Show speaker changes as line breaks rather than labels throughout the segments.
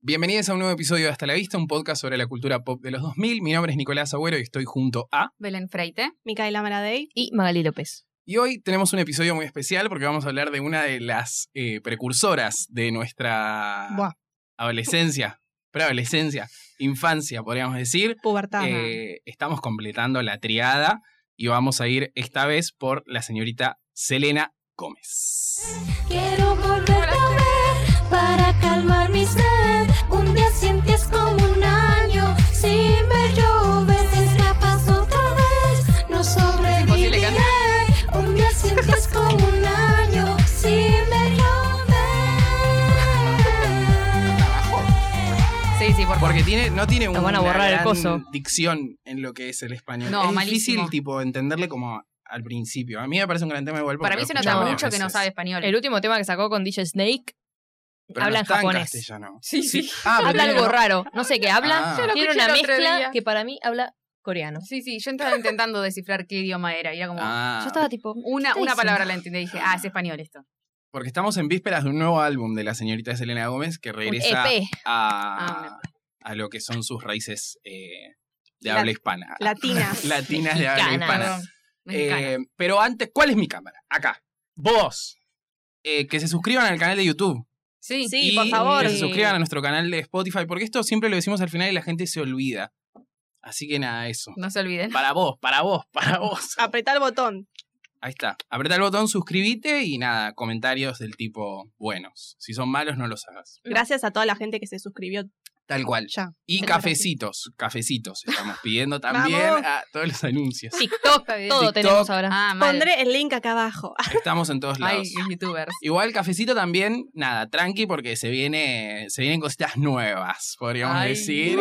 Bienvenidos a un nuevo episodio de Hasta la Vista, un podcast sobre la cultura pop de los 2000. Mi nombre es Nicolás Agüero y estoy junto a...
Belén Freite.
Micaela Maradei.
y Magali López.
Y hoy tenemos un episodio muy especial porque vamos a hablar de una de las eh, precursoras de nuestra
Buah,
adolescencia, preadolescencia, infancia, podríamos decir.
pubertad.
Eh, estamos completando la triada y vamos a ir esta vez por la señorita Selena Gómez.
Quiero volverte a ver para calmar mi sed. Un día sientes como un año sin ver llover. Te escapas otra vez, no
imposible,
sobreviviré. Un día sientes como un año sin ver llover.
Sí, sí, por favor.
Porque tiene, no tiene
Nos van a
una
borrar el
gran
coso.
dicción en lo que es el español.
No,
es
malísimo.
difícil tipo entenderle como al principio. A mí me parece un gran tema igual. porque
Para
lo
mí se
he
nota
escuchado
mucho
varias
que no
veces.
sabe español.
El último tema que sacó con DJ Snake
Pero no
habla en
está
japonés.
castellano.
Sí, sí.
Ah, pero
habla
tiene
algo
una-
raro. No sé qué habla.
Ah. Yo
lo
Tiene
escuché
una
el otro
mezcla
día.
que para mí habla coreano.
Sí, sí, yo estaba intentando descifrar qué idioma era. y era como.
Ah,
Yo estaba tipo.
Una,
está
una
diciendo?
palabra la entendí y dije, ah, es español esto.
Porque estamos en vísperas de un nuevo álbum de la señorita Selena Gómez que
un E
regresa
EP.
a,
Ah,
a lo que son sus raíces eh, de
La-
habla hispana.
Latinas.
Latinas de habla
Mexicanas.
hispana.
Perdón, mexicana.
Eh, pero antes, ¿cuál es mi cámara? Acá. Vos. Eh, que se suscriban al canal de YouTube.
sí.
sí.
y
por favor.
Que se suscriban a nuestro canal de Spotify, porque esto siempre lo decimos al final y la gente se olvida. Así que nada, eso.
no se olviden.
Para vos, para vos, para vos.
Apretá el botón.
Ahí está. Apreta el botón, suscribite y nada, comentarios del tipo buenos. Si son malos, no los hagas.
Gracias a toda la gente que se suscribió
Tal cual.
ya.
Y
Pero
cafecitos, cafecitos. Estamos pidiendo también
Vamos.
a todos los anuncios.
TikTok.
Está bien.
Todo
TikTok.
tenemos ahora.
Ah, mal.
Pondré el link acá abajo. Ah,
Estamos en todos
Ay,
lados.
youtubers.
Igual cafecito también, nada, tranqui porque se viene, se vienen cositas nuevas, podríamos
Ay.
decir.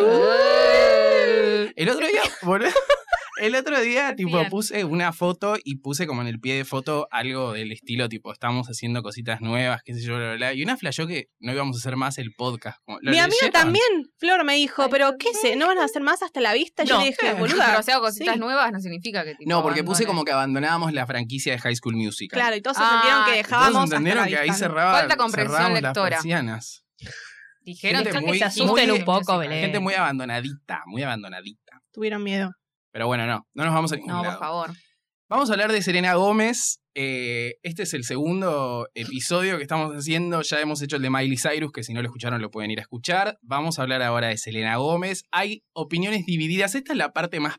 El otro día, boludo, el otro día tipo
Bien.
puse una foto y puse como en el pie de foto algo del estilo tipo estamos haciendo cositas nuevas, qué sé yo, bla, bla, bla. y una flashó que no íbamos a hacer más el podcast. Como, ¿lo
Mi amiga
leyeron?
también, Flor, me dijo, pero ¿qué sé? ¿No van a hacer más hasta la vista? Yo
No.
le dije,
Pero
boluda.
si hago cositas
Sí.
nuevas no significa que tipo,
No, porque puse
abandone.
como que abandonábamos la franquicia de High School Musical.
Claro, y todos
Ah,
entendieron que
y
Entonces
todos
dejábamos. hasta
entendieron
la
que ahí
vista, ¿no?
cerraba,
Falta comprensión
cerrábamos
lectora.
las persianas.
Dijeron
Gente
que
muy-
se
muy-
asusten un poco, Belén.
Gente muy abandonadita, muy abandonadita.
Tuvieron miedo.
Pero bueno, no, no nos vamos a ningún
No,
lado.
por favor.
Vamos a hablar de Serena Gómez. Eh, este es el segundo episodio que estamos haciendo. Ya hemos hecho el de Miley Cyrus, que si no lo escucharon lo pueden ir a escuchar. Vamos a hablar ahora de Selena Gómez. Hay opiniones divididas. Esta es la parte más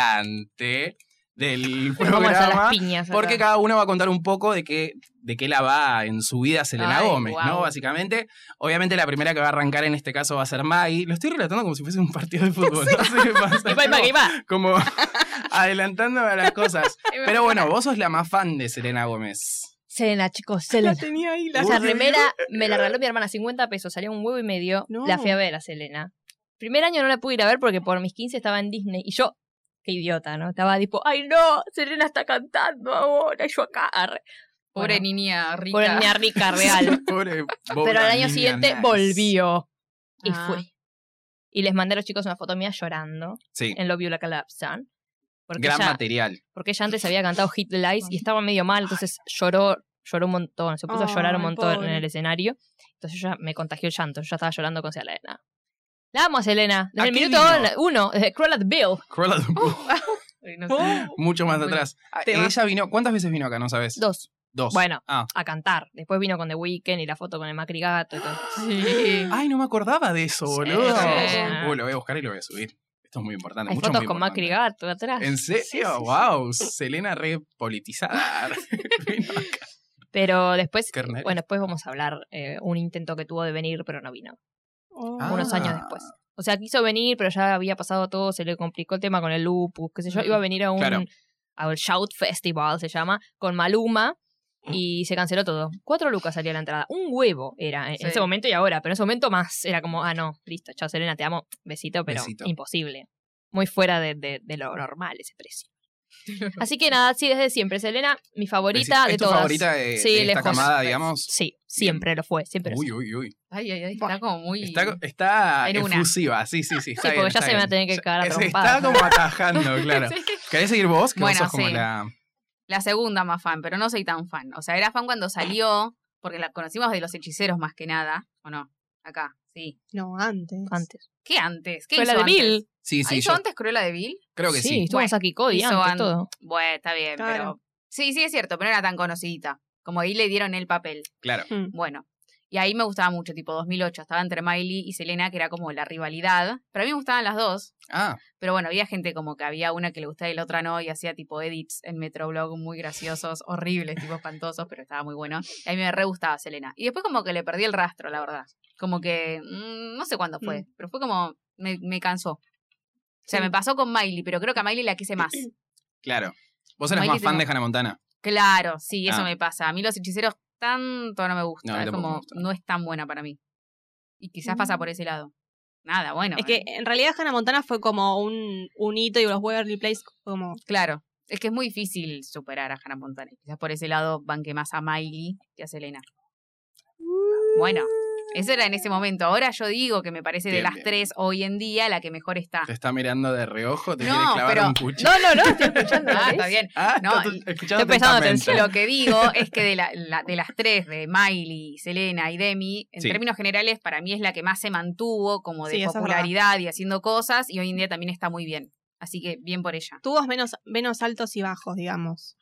picante del
Vamos a las
programa.
piñas. acá.
Porque cada uno va a contar un poco de qué, de qué la va en su vida Selena
Ay,
Gómez, ¿no?
guau.
Básicamente, obviamente la primera que va a arrancar en este caso va a ser Maggie. Lo estoy relatando como si fuese un partido de fútbol. No sé qué pasa.
Y va, y va, y va.
Como adelantando a las cosas. Pero bueno, vos sos la más fan de Selena Gómez.
Selena, chicos,
La
Selena.
tenía ahí, la
Esa
Uy.
remera me la regaló mi hermana, 50 pesos, salió un huevo y medio.
No.
La fui a ver a Selena. Primer año no la pude ir a ver porque por mis 15 estaba en Disney. Y yo, qué idiota, ¿no? Estaba tipo, ay no, Selena está cantando ahora, y yo acá. arre".
Pobre
Bueno,
niña rica.
Pobre niña rica, real.
Pobre
Pero
boba
al año
niña
siguiente
nice.
volvió. Y
Ah.
fue. Y les mandé a los chicos una foto mía llorando
Sí,
en Love You Like a Love Song. Eh, Porque
gran
ella,
material.
porque ella antes había cantado Hit the Lights y estaba medio mal, entonces lloró, lloró un montón, se puso a llorar un
Ay,
montón en
pobre.
el escenario. Entonces ya me contagió el llanto, yo ya estaba llorando con Selena. La amo a Selena, desde
¿A
el
qué
minuto
vino?
uno, desde Cruel at Bill.
Cruella de Vil,
Ay, no sé.
Uh.
Oh,
mucho más
Bueno,
atrás. Ah,
tema.
Ella vino, ¿cuántas veces vino acá? No sabes.
Dos.
Dos.
Bueno,
Ah.
a cantar. Después vino con The Weeknd y la foto con el Macri Gato y todo.
Sí.
Ay, no me acordaba de eso,
Sí,
boludo.
sí.
Uy, lo voy a buscar y lo voy a subir. Esto es muy importante.
Hay
mucho,
fotos
muy
con Macri
importante.
Gato atrás.
¿En serio?
Sí, sí, sí.
wow, Selena re politizada. Vino acá.
Pero después,
Qué nervios.
bueno, después vamos a hablar eh, un intento que tuvo de venir, pero no vino.
oh.
unos
Ah.
años después. O sea, quiso venir, pero ya había pasado todo, se le complicó el tema con el lupus, qué sé yo. Iba a venir a un,
Claro.
a un Shout Festival, se llama, con Maluma,
Mm.
y se canceló todo. Cuatro lucas salía la entrada. Un huevo era eh, en
Sí.
ese momento y ahora, pero en ese momento más. Era como, ah, no, listo, chao Selena, te amo, besito, pero
Besito.
imposible. Muy fuera de, de- de lo normal ese precio. Así que nada, sí, desde siempre. Selena, mi favorita
¿Es
de
tu
todas.
favorita de,
Sí,
de esta
lejos.
camada, digamos?
Sí, siempre lo fue, siempre lo
Uy, uy, uy.
Ay, ay, ay,
Buah.
está como muy.
Está, está
En una.
efusiva, sí, sí, sí. Está
Sí,
bien,
porque ya
está
se me va a
bien.
tener que cagar a
Se está
trompadas, ¿no?
como atajando, claro.
Sí.
¿Querés seguir vos? Que
Bueno,
vos sos como
sí.
la.
La segunda más fan, pero no soy tan fan. O sea, era fan cuando salió, porque la conocimos de los hechiceros más que nada, ¿o no? Acá, sí.
No, antes.
Antes.
¿Qué antes? ¿Qué
Fue
hizo
la de
antes?
Bill.
Sí,
¿Ah,
sí,
¿Hizo
yo
antes Cruella de Bill?
creo que sí.
estuvo
Bueno,
en Saki Cody
hizo
antes,
antes.
todo.
Bueno, está bien,
Claro.
pero... Sí, sí, es cierto, pero no era tan conocidita. Como ahí le dieron el papel.
Claro.
Mm.
Bueno, y ahí me gustaba mucho, tipo 2008. Estaba entre Miley y Selena, que era como la rivalidad. Pero a mí me gustaban las dos.
Ah,
Pero bueno, había gente como que había una que le gustaba y la otra no, y hacía tipo edits en Metroblog muy graciosos, horribles, tipo espantosos, pero estaba muy bueno. Y a mí me re gustaba Selena. Y después como que le perdí el rastro, la verdad. Como que, mm, no sé cuándo fue, pero fue como, me, me cansó. O sea,
Sí.
me pasó con Miley, pero creo que a Miley la quise más.
claro. Vos eras
Miley
más fan
tengo-
de Hannah Montana.
Claro, sí, eso
Ah.
me pasa. A mí los hechiceros tanto no me gusta.
No, a mí
es
tampoco me
como,
gusta. Mm.
no es tan buena para mí. Y quizás pasa por ese lado. Nada, bueno.
Es que
eh,
en realidad Hannah Montana fue como un, un hito y los Waverly Place como
Claro. Es que es muy difícil superar a Hannah Montana. Quizás por ese lado banque más a Miley que a Selena. Bueno, eso era en ese momento. Ahora yo digo que me parece de
Bien,
las
bien.
tres hoy en día la que mejor está.
Te está mirando de reojo, te
No,
quiere clavar
pero-
un cuchillo.
Ah. No, no, no, estoy escuchando.
Ah,
¿ves?
está bien.
Ah,
no,
está
y-
escuchando
estoy prestando
atentamente.
atención.
Lo que digo es que de, la- la- de las tres, de Miley, Selena y Demi, en
Sí.
términos generales, para mí es la que más se mantuvo como de
Sí, eso es
popularidad y haciendo cosas, y hoy en día también está muy bien. Así que bien por ella.
tubos menos, menos altos y bajos, digamos.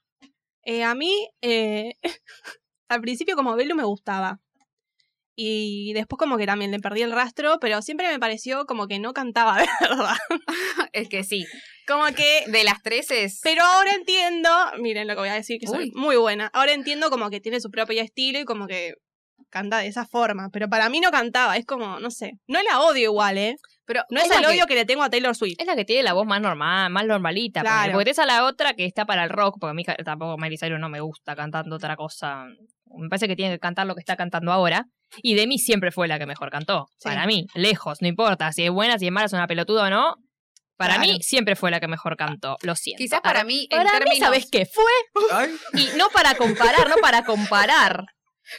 Eh, a mí, eh, al principio como Belu me gustaba. Y después como que también le perdí el rastro, pero siempre me pareció como que no cantaba, de ¿verdad?
Es que sí,
Como que
de las tres es...
Pero ahora entiendo, miren lo que voy a decir, que soy
Uy.
muy buena. Ahora entiendo como que tiene su propio estilo y como que canta de esa forma. Pero para mí no cantaba, es como, no sé. No la odio igual, ¿eh?
Pero
No es,
la
el
que-
odio que le tengo a Taylor Swift.
Es la que tiene la voz más normal, más normalita.
Claro.
ponele. Porque tenés a la otra que está para el rock, porque a mí ca- tampoco Miley Cyrus no me gusta cantando otra cosa. Me parece que tiene que cantar lo que está cantando ahora. Y Demi siempre fue la que mejor cantó.
Sí.
Para mí, lejos, no importa si es buena, si es mala, es una pelotuda o no. Para
Claro.
mí siempre fue la que mejor cantó. Lo siento.
Quizás para mí, en
Para mí,
términos...
¿sabes qué fue?
Ay,
Y no para comparar, no para comparar.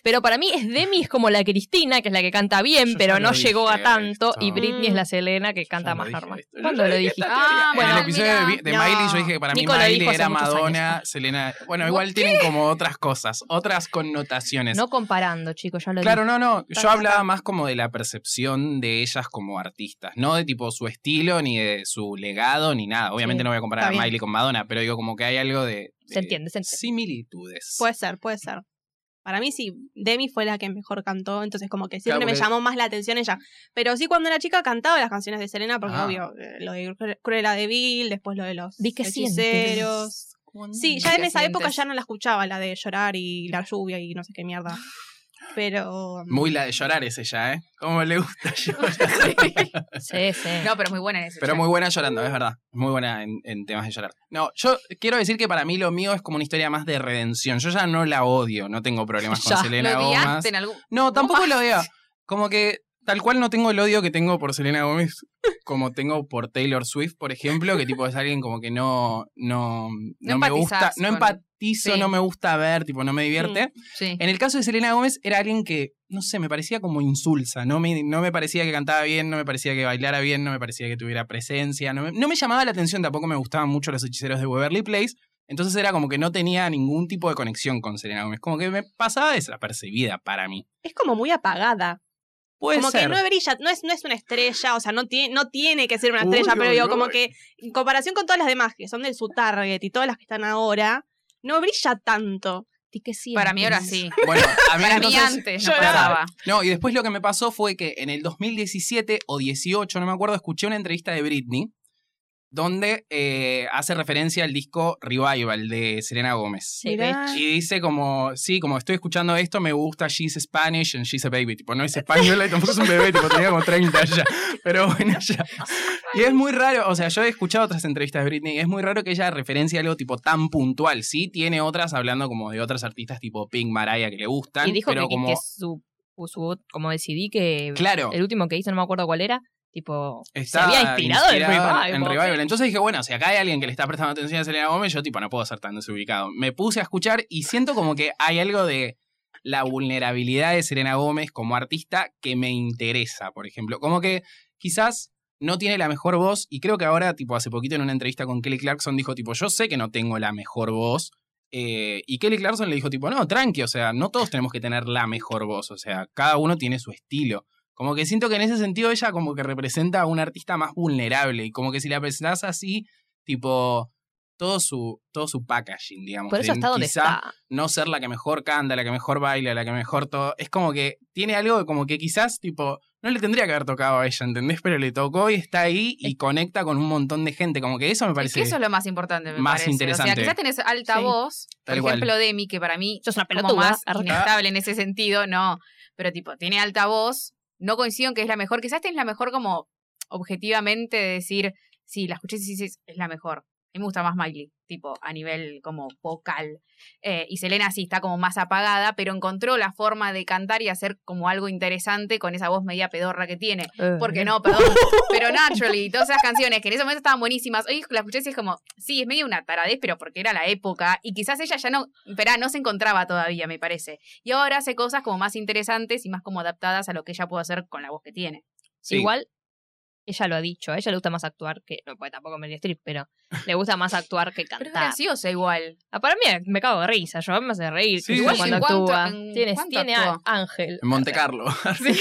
Pero para mí es Demi es como la Cristina, que es la que canta bien,
Yo
pero
ya
no
lo
llegó a
dije
tanto. Y
esto.
Britney es la Selena que
Yo
canta
ya
más
lo dije
normal.
esto. Yo
¿Cuándo
ya
lo
dije
dijiste?
Ah,
en el
mal,
episodio de,
mira.
Bi- de
No.
Miley yo dije que para mí
Nico lo
Miley
dijo hace
era
muchos
Madonna, Selena... Bueno, igual tienen como otras cosas, otras connotaciones.
No comparando, chicos, ya lo
Claro, no, no.
Ta,
Yo
ta,
hablaba
ta.
más como de la percepción de ellas como artistas, no de tipo su estilo, ni de su legado, ni nada. Obviamente
Sí,
no voy a comparar a
está bien.
Miley con Madonna, pero digo como que hay algo de,
Se
de
entiende, Pues, se entiende.
similitudes.
Puede ser, puede ser. Para mí sí, Demi fue la que mejor cantó, entonces como que
Claro,
siempre me
porque-
llamó más la atención ella. Pero sí cuando era chica cantaba las canciones de Selena, porque
Ah.
obvio, eh, lo de Cru- Cruella de Vil, después lo de los
Di que
hechiceros. Sí, ya
Di
en
que
esa época
sientes.
ya no la escuchaba, la de llorar y la lluvia y no sé qué mierda. Pero...
mm.
Muy la de llorar es ella, ¿eh? Como le gusta llorar.
Sí, sí.
No, pero es muy buena en ese.
Pero muy buena llorando, es verdad. Muy buena en, en temas de llorar. No, yo quiero decir que para mí lo mío es como una historia más de redención. Yo ya no la odio, no tengo problemas con
Ya,
Selena
¿Lo
Gómez.
odiaste en algún...?
No, tampoco lo odio. Como que tal cual no tengo el odio que tengo por Selena Gómez, como tengo por Taylor Swift, por ejemplo, que tipo es alguien como que no, no, no, me gusta,
empatizás
no
con-
empatizo,
sí. Mm.
no me gusta ver, tipo no me divierte.
Sí.
En el caso de Selena Gómez era alguien que, no sé, me parecía como insulsa, no me, no me parecía que cantaba bien, no me parecía que bailara bien, no me parecía que tuviera presencia, no me, no me llamaba la atención, tampoco me gustaban mucho los hechiceros de Waverly Place. Entonces era como que no tenía ningún tipo de conexión con Selena Gómez, como que me pasaba desapercibida para mí.
Es como muy apagada.
Puede
como
ser.
que no brilla, no es, no es una estrella, o sea, no tiene, no tiene que ser una
Uy,
estrella, pero
uy,
digo,
uy.
como que en comparación con todas las demás que son de su target y todas las que están ahora, no brilla tanto.
Di que
Eh,
sí.
Para mí ahora sí.
Bueno, a mí,
Para mí
entonces-
antes no
Lloraba.
pasaba.
No, y después lo que me pasó fue que en el 2017 o 18, no me acuerdo, escuché una entrevista de Britney donde eh, hace referencia al disco Revival de Selena Gómez.
Sí,
Mirá.
¿ves?
Y dice como, sí, como estoy escuchando esto, me gusta She's Spanish and She's a Baby. Tipo, no es española y tampoco es un bebé, tipo, tenía como 30 ya. Pero bueno, ya. Y es muy raro, o sea, yo he escuchado otras entrevistas de Britney y es muy raro que ella referencia algo tipo tan puntual, ¿sí? Tiene otras hablando como de otras artistas tipo Pink, Mariah, que le gustan.
Y dijo que,
pero
que
como...
su, su- como decidí que
Claro.
el último que hizo, no me acuerdo cuál era, tipo,
Está
se había inspirado,
inspirada
en
en
Revival.
Revival. Entonces dije, bueno, si acá hay alguien que le está prestando atención a Selena Gómez, yo tipo no puedo ser tan desubicado. Me puse a escuchar y siento como que hay algo de la vulnerabilidad de Selena Gómez como artista que me interesa, por ejemplo. Como que quizás no tiene la mejor voz y creo que ahora, tipo hace poquito en una entrevista con Kelly Clarkson, dijo tipo, yo sé que no tengo la mejor voz. eh, y Kelly Clarkson le dijo tipo, no, tranqui, o sea, no todos tenemos que tener la mejor voz, o sea, cada uno tiene su estilo Como que siento que en ese sentido ella como que representa a un artista más vulnerable y como que si la presentás así, tipo todo su todo su packaging, digamos,
Por eso
de
está donde
quizá
está.
no ser la que mejor canta, la que mejor baila, la que mejor todo, es como que tiene algo como que quizás tipo no le tendría que haber tocado a ella, ¿entendés? Pero le tocó y está ahí y conecta con un montón de gente, como que eso me
Es
parece
que eso es lo más importante, me
más
parece. O
interesante.
sea, quizás tenés alta
Sí.
voz, por
Tal cual.
ejemplo, Demi, que para mí
Sos una
como
pelotuda.
más
Arre.
inestable en ese sentido, no. Pero tipo, tiene alta voz, no coincido en que es la mejor. Quizás tenés la mejor como objetivamente de decir, sí, la escuché y sí, sí, es la mejor. A mí me gusta más Miley, tipo, a nivel como vocal. Eh, y Selena sí está como más apagada, pero encontró la forma de cantar y hacer como algo interesante con esa voz media pedorra que tiene.
Eh.
Porque no, perdón. Pero Naturally, todas esas canciones que en ese momento estaban buenísimas. Hoy la escuché y es como, sí, es medio una taradez, pero porque era la época. Y quizás ella ya no, verá, no se encontraba todavía, me parece. Y ahora hace cosas como más interesantes y más como adaptadas a lo que ella puede hacer con la voz que tiene.
Sí.
Igual, ella lo ha dicho, a ella le gusta más actuar que. No, puede tampoco Meryl Streep, pero le gusta más actuar que
Pero es
cantar.
graciosa igual.
Ah, para mí me cago de risa, yo me hace reír.
Sí,
igual
sí,
cuando
sí. ¿En cuánto-
actúa.
en
Tienes-
cuánto
tiene
actúa?
a- Ángel.
en Monte Carlo.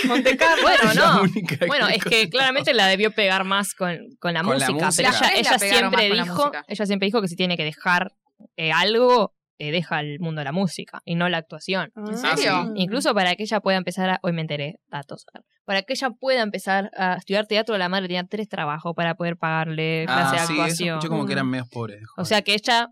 Monte Carlo. Bueno,
La
no.
única
Bueno, es que claramente la debió pegar más con, con la,
Con la
música,
música.
pero ella,
Las tres la
ella
pegaron más
siempre
con la
dijo,
música.
ella siempre dijo que si tiene que dejar eh, algo, eh, deja el mundo de la música y no la actuación.
Ah.
¿En
serio?
Incluso para que ella pueda empezar a, hoy me enteré, datos, para que ella pueda empezar a estudiar teatro, la madre tenía tres trabajos para poder pagarle clase
Ah,
de
sí, eso
actuación.
escuché como que eran medios pobres. de
o
joven.
sea que ella,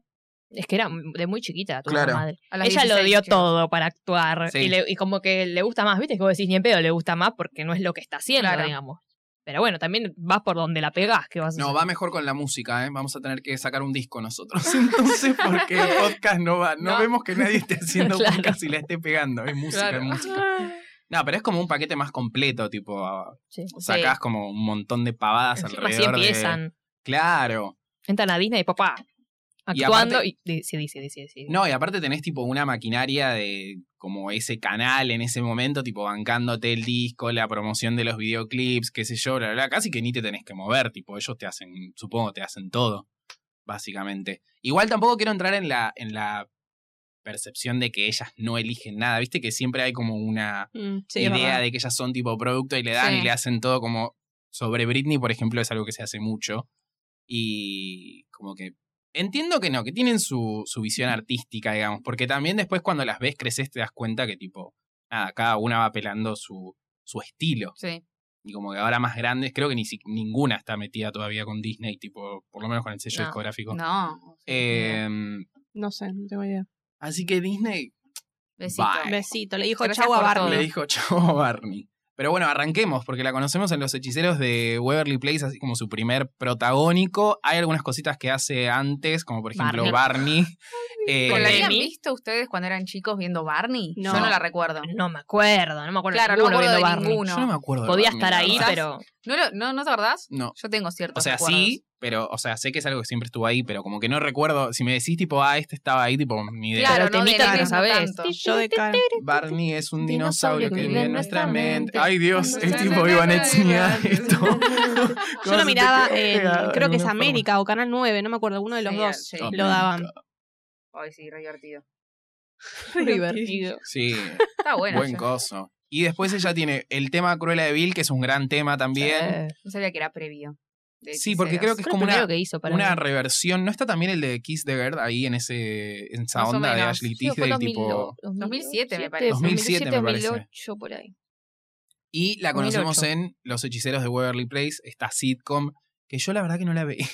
es que era de muy chiquita, tuvo
Claro.
la madre.
A las
Ella
16,
lo dio
chicos.
todo para actuar
Sí.
y, le- y como que le gusta más, ¿viste? Que vos decís, ni en pedo le gusta más porque no es lo que está haciendo,
Claro.
digamos. Pero bueno, también vas por donde la pegás, que vas a
No,
hacer?
va mejor con la música, ¿eh? Vamos a tener que sacar un disco nosotros. Entonces, porque el podcast no va. No,
No.
vemos que nadie esté haciendo
Claro.
podcast y la esté pegando. Es música,
Claro.
es música. No, pero es como un paquete más completo, tipo, ah,
Sí.
sacás
Sí.
como un montón de pavadas
Encima
alrededor.
así
de-
empiezan.
Claro.
Entran a Disney y papá.
Y
Actuando
aparte-
y, dice, dice, dice, dice.
No, y aparte tenés tipo una maquinaria de como ese canal en ese momento, tipo bancándote el disco, la promoción de los videoclips, qué sé yo, bla, bla, bla. Casi que ni te tenés que mover, tipo, ellos te hacen, supongo, te hacen todo, básicamente. Igual tampoco quiero entrar en la, en la percepción de que ellas no eligen nada, viste que siempre hay como una
Mm,
idea de que ellas son tipo producto y le dan
Sí.
y le hacen todo como sobre Britney, por ejemplo, es algo que se hace mucho. Y como que entiendo que no, que tienen su, su visión artística, digamos, porque también después cuando las ves creces te das cuenta que tipo, nada, cada una va pelando su, su estilo.
Sí.
Y como que ahora más grandes, creo que ni si- ninguna está metida todavía con Disney, tipo, por lo menos con el sello
No,
discográfico.
No.
Em,
No sé, no tengo idea.
así que Disney
Besito.
bye.
Besito, le dijo
Gracias
chau a
por
Barney.
todo.
Le dijo chao Barney. Pero bueno, arranquemos, porque la conocemos en Los Hechiceros de Waverly Place, así como su primer protagónico. Hay algunas cositas que hace antes, como por ejemplo
Barney.
Barney. Eh,
¿Pero la habían
Demi.
visto ustedes cuando eran chicos viendo Barney?
No.
Yo no la recuerdo.
No me acuerdo, no me acuerdo.
Claro, no
ninguno
me acuerdo de
viendo Barney.
ninguno.
yo no me acuerdo. de
Podía
Barney,
estar
la
ahí,
verdad.
pero
¿No, lo- no, ¿No te acordás?
No.
Yo tengo ciertos
O sea,
recuerdos.
sí, pero, o sea, sé que es algo que siempre estuvo ahí, pero como que no recuerdo. Si me decís, tipo, ah, este estaba ahí, tipo, ni idea.
Claro,
Pero
no,
temita
de
que no
Disney
sabés.
tanto.
Yo de cara.
Barney es un dinosaurio, que vive en nuestra mente.
mente.
Ay, Dios,
Cuando
es
se
tipo,
acerca
iban a
la
enseñar
vida.
esto.
Yo lo miraba en, creo que es
América
América o Canal 9, no me acuerdo, uno de los
Sí,
dos
sí.
Oh,
lo daban.
Ay, sí, re divertido.
divertido.
Sí,
Está bueno.
Buen
yo
coso. Y después ella tiene el tema Cruella de Vil, que es un gran tema también.
Eh,
No sabía que era previo. de
Sí, porque creo
Hechiceros.
que es
fue
como
lo primero
una,
que hizo para
una
mí.
reversión. ¿No está también el de Kiss the Girl ahí en ese en esa
Más o
onda de
menos.
Ashley
Sí, fue
Tisdale?
2000,
Tipo...
2007 me parece.
2007 me parece.
2008, por ahí.
Y la
2008.
conocemos en Los Hechiceros de Waverly Place, esta sitcom, que yo la verdad que no la veía.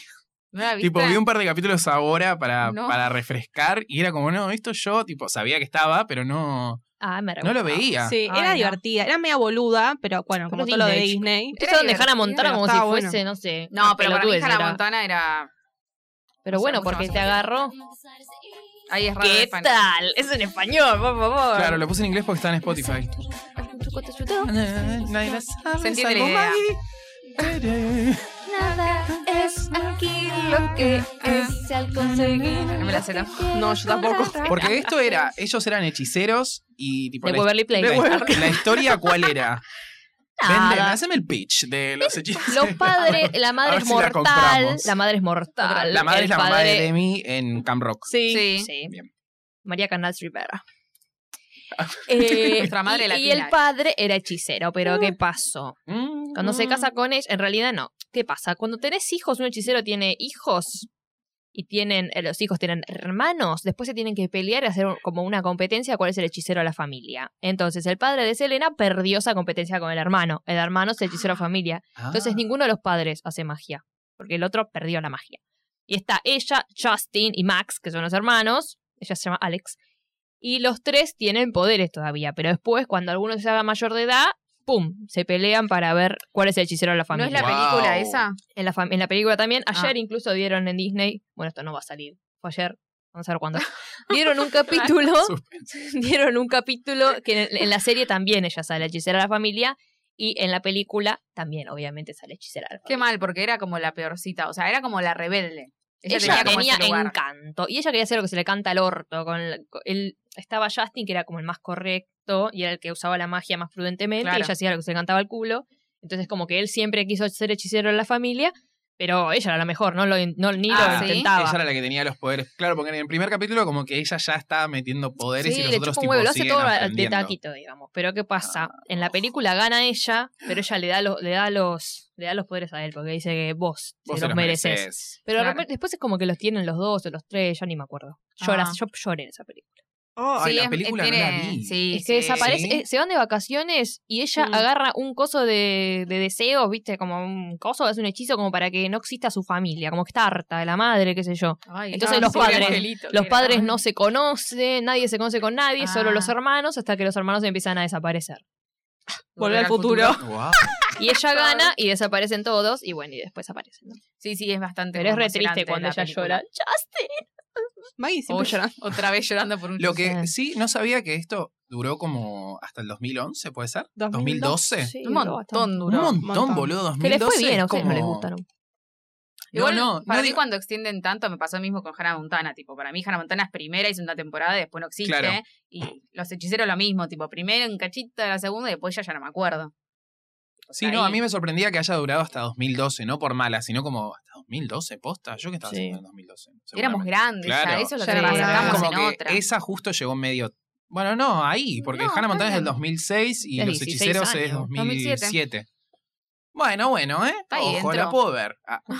¿No la viste?
Tipo, vi un par de capítulos ahora para,
No.
para refrescar y era como, no, esto yo, tipo, sabía que estaba, pero no,
Ah, me
no lo
re gustaba.
veía.
Sí,
Ay,
era
no.
divertida, era media boluda, pero bueno, como
Pero
todo lo de
Disney,
Disney.
Era donde
divertido,
Hannah Montana
pero
como si
estaba bueno.
fuese, no sé.
No, pero para mí
pelotudes
Hannah
era.
Montana era...
Pero
o sea,
bueno,
mucho
porque
más
te agarró.
Ahí es raro
¿Qué
el fan.
tal? Es en español, por favor.
Claro, lo puse en inglés porque está en Spotify.
Se entiende la idea.
Nada es aquí lo que es al conseguir.
No me la sé, ¿no?
No, yo tampoco.
Porque esto era, ellos eran hechiceros y tipo
De
la-
Waverly Place.
la- la historia cuál era. Vende,
Nada.
haceme el pitch de los hechiceros.
Los padres, la
A
madre
ver
es
si la
mortal.
compramos.
La madre es mortal.
La madre
el
es la mamá
padre-
de Demi en Camp Rock.
Sí.
Sí.
Sí.
Bien.
María Canals Rivera. Eh,
Nuestra madre
y,
latina.
y el padre era hechicero,
Uh.
pero ¿qué pasó?
Mm.
Cuando se casa con ella, en realidad no. ¿Qué pasa? Cuando tenés hijos, un hechicero tiene hijos y tienen eh, los hijos tienen hermanos, después se tienen que pelear y hacer un- como una competencia cuál es el hechicero a la familia. Entonces, el padre de Selena perdió esa competencia con el hermano. El hermano es el hechicero a familia.
Ah.
Entonces ninguno de los padres hace magia, porque el otro perdió la magia. Y está ella, Justin y Max, que son los hermanos, ella se llama Alex, y los tres tienen poderes todavía, pero después cuando alguno se haga mayor de edad, ¡pum!, se pelean para ver cuál es el hechicero de la
¿No es
familia.
la
Wow.
película esa?
en, la fam- en la película también, ayer
Ah.
incluso dieron en Disney, bueno, esto no va a salir, fue ayer, vamos a ver cuándo, dieron un capítulo dieron un capítulo que en, en la serie también ella sale hechicera de la familia y en la película también obviamente sale hechicera de la
Qué
familia.
mal, porque era como la peorcita. O sea, era como la rebelde. Ella,
Ella
tenía, como ese lugar.
encanto y ella quería hacer lo que se le canta al orto. Con el- con el- estaba Justin que era como el más correcto y era el que usaba la magia más prudentemente
Claro.
y ella hacía lo que se le cantaba al culo. Entonces como que él siempre quiso ser hechicero de la familia, pero ella era la mejor, no lo, in- no, ni
Ah, ¿sí?
lo intentaba.
Ella era la que tenía los poderes. Claro, porque en el primer capítulo como que ella ya estaba metiendo poderes y
Sí,
los
le
otros
chupa un
tipos
huevo, lo hace
siguen
todo a- de
aprendiendo.
taquito, digamos. Pero ¿qué pasa?
Ah.
En la película gana ella, pero ella le da, los le da, los, le da los poderes a él, porque dice que vos,
Vos
se
se
los mereces. Pero de
Claro.
repente- después es como que los tienen los dos o los tres, ya ni me acuerdo. Lloras,
Ah.
yo lloré en esa película.
Ay,
Sí,
la
es-
película no
tiene-
la vi.
Sí,
es que
sí.
desaparece,
¿Sí?
eh, se van de vacaciones y ella
Mm.
agarra un coso de, de deseos, viste, como un coso, es un hechizo como para que no exista su familia, como que está harta de la madre, qué sé yo.
Ay,
Entonces
no,
los
sí, era
padres-
angelito,
Los
que era.
padres no se conocen, nadie se conoce con nadie, solo
Ah.
los hermanos, hasta que los hermanos empiezan a desaparecer.
Volver al futuro.
Guau.
Y ella gana y desaparecen todos y bueno, y después aparecen. ¿no?
Sí, sí, es bastante.
Pero es re
conmocionante
triste cuando
la
ella
película.
llora. ¡Justin!
Maggie siempre
Oye,
llorando.
Otra vez llorando por un
Lo
chiste.
que sí, no sabía que esto duró como hasta el 2011, ¿puede ser?
2012.
¿2012?
Sí,
Un
duró bastante.
montón
Un
duró.
montón,
montón.
boludo. 2012
Que les fue bien,
es
a ustedes no
como-
les gustaron.
No,
Igual,
no, no
para mí
digo-
cuando extienden tanto me pasó lo mismo con Hannah Montana, tipo, para mí Hannah Montana es primera y segunda temporada, y después no existe,
Claro.
y los hechiceros lo mismo, tipo, primero un cachito de la segunda y después ya ya no me acuerdo.
Sí, no, a
ahí.
mí me sorprendía que haya durado hasta 2012, no por mala, sino como hasta 2012, posta. Yo que estaba
Sí.
haciendo en 2012.
Éramos
seguramente.
grandes, ya,
Claro.
eso es lo
Ya
que
era
nos
grande.
sacamos
Como
en
que
otra.
esa justo llegó medio. Bueno, no, ahí, porque
No,
Hannah Montana es del
bueno.
2006 y
Es
Los
16
Hechiceros
años.
es 2007.
2007.
Bueno, bueno, ¿eh?
ahí,
Ojo,
entró.
la puedo ver. Ah, la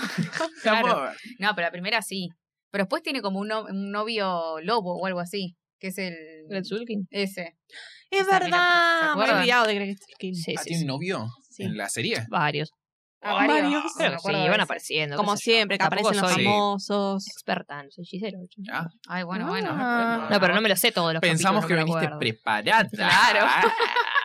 Claro.
puedo ver. Ah,
No, pero la primera sí. Pero después tiene como un, no- un novio lobo o algo así, que es el...
El Zulkin.
Ese.
Es
Esa, mira, ¿se
verdad. Me he
acuerdan?
olvidado de Greg Stilkin.
Sí,
Ah,
sí,
¿Tiene
sí.
un novio
Sí.
en la serie?
Varios.
Ah,
Varios.
me
Creo que sí,
acuerdo de
van
ese.
apareciendo. qué
Como
sé yo.
siempre, que
Tampoco
aparecen los
soy
Sí.
famosos.
experta en los hechiceros.
Ah,
Ay, bueno, bueno.
Ah.
No, pero no me lo sé todos los
pensamos que
capítulos, no me
viniste
acuerdo.
preparada.
Claro.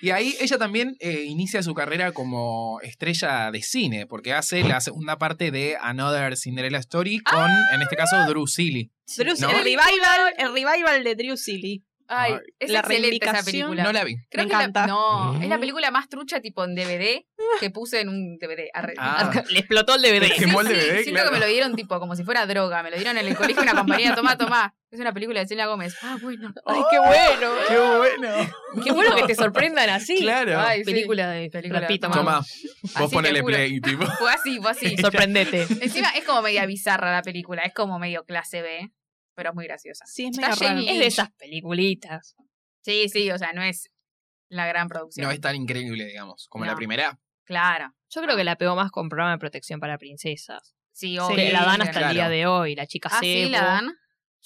Y ahí ella también eh, inicia su carrera como estrella de cine, porque hace la segunda parte de Another Cinderella Story con,
Ah.
en este caso, Drew Seeley.
Drew-
¿No?
el, revival, el revival de Drew Silly.
Ay,
Ay,
es
la
excelente esa
reivindicación.
película.
No la vi.
Creo
Me
que la-
encanta.
no, es la
Mm.
película más trucha tipo en DVD que puse en un DVD. Arre-
Ah.
Le explotó el DVD.
Es que quemó el
Sí, sí,
DVD,
siento
claro.
que me lo dieron tipo como si fuera droga. Me lo dieron en el colegio una compañía. Tomá, tomá. Es una película de Celia Gómez. Ah, bueno.
Ay, qué bueno.
¡Qué bueno!
Qué bueno que te sorprendan así.
Claro.
Ay, sí.
Película de
Película de
Repito,
Tomás.
Toma, vos
te
ponele
juro.
play, tipo.
Fue así, fue así.
Sorprendete.
Encima es como media bizarra la película. Es como medio clase B, pero es muy graciosa.
Sí, es
Está
medio raro.
Jenny.
es de esas peliculitas.
Sí, sí, o sea, no es la gran producción.
No es tan increíble, digamos, como la
No.
primera.
Claro.
Yo creo que la pegó más con programa de protección para princesas.
Sí,
Sí,
obvio.
Que la dan hasta
Claro.
el día de hoy, la chica
Ah, sí,
cebo.
la dan.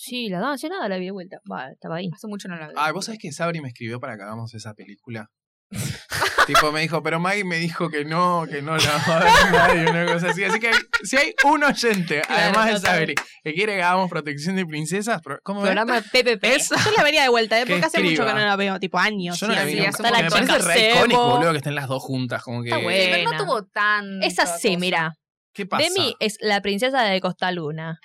Sí, la dan, hace nada la vi de vuelta. Va, estaba ahí.
Hace mucho no la veo.
Ah, vos sabés que Sabri me escribió para que hagamos esa película. tipo, me dijo, pero Maggie me dijo que no, que no la va a ver nadie, una cosa así. Así que hay- si hay un oyente, además de Sabri, que quiere que hagamos protección de princesas, pro- ¿cómo era?
Programa PPP.
Es-
Yo la vería de vuelta, ¿eh?
Que
porque hace mucho que
escriba.
no la veo, tipo años.
Yo no
y
la
años.
vi
sí,
nunca.
hace
Como
mucho
que Me
que
parece
no
re
la
icónico,
veo.
boludo, que estén las dos juntas. Como que.
Está bueno.
Sí, pero no
Buena.
tuvo tan.
Esa sí, mira.
¿Qué pasa?
Demi es la princesa de Costa Luna.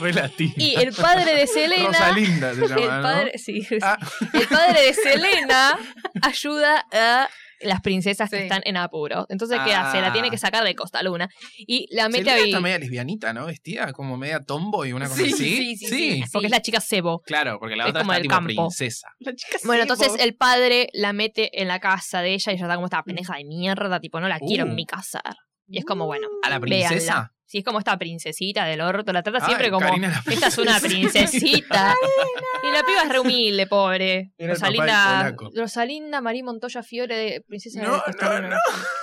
Relativa.
Y el padre de Selena.
Rosalinda se llama,
El
¿no?
padre, sí, sí.
Ah.
El padre de Selena ayuda a las princesas
Sí.
que están en apuros. Entonces, ¿qué hace?
Ah.
La tiene que sacar de Costa Luna. Y la mete
Selena
a
está
vivir.
media lesbianita, ¿no? Vestida como media tomboy, una cosa
Sí,
así.
sí, sí, sí.
Porque es la chica cebo.
Claro, porque la
Es
otra
como
está
el
tipo
campo.
princesa.
La chica
Bueno,
sí,
entonces
vos.
el padre la mete en la casa de ella y ella está como esta pendeja de mierda, tipo, no la quiero
Uh.
en mi casa. Y es como, bueno,
¿A la princesa?
Si es como esta princesita del orto, la trata siempre
Ay,
como.
Karina la
Esta es una princesita. y la piba es re humilde, pobre.
Era el papá del
Rosalinda,
polaco.
Rosalinda María Montoya Fiore, de princesa
No,
de Costarona.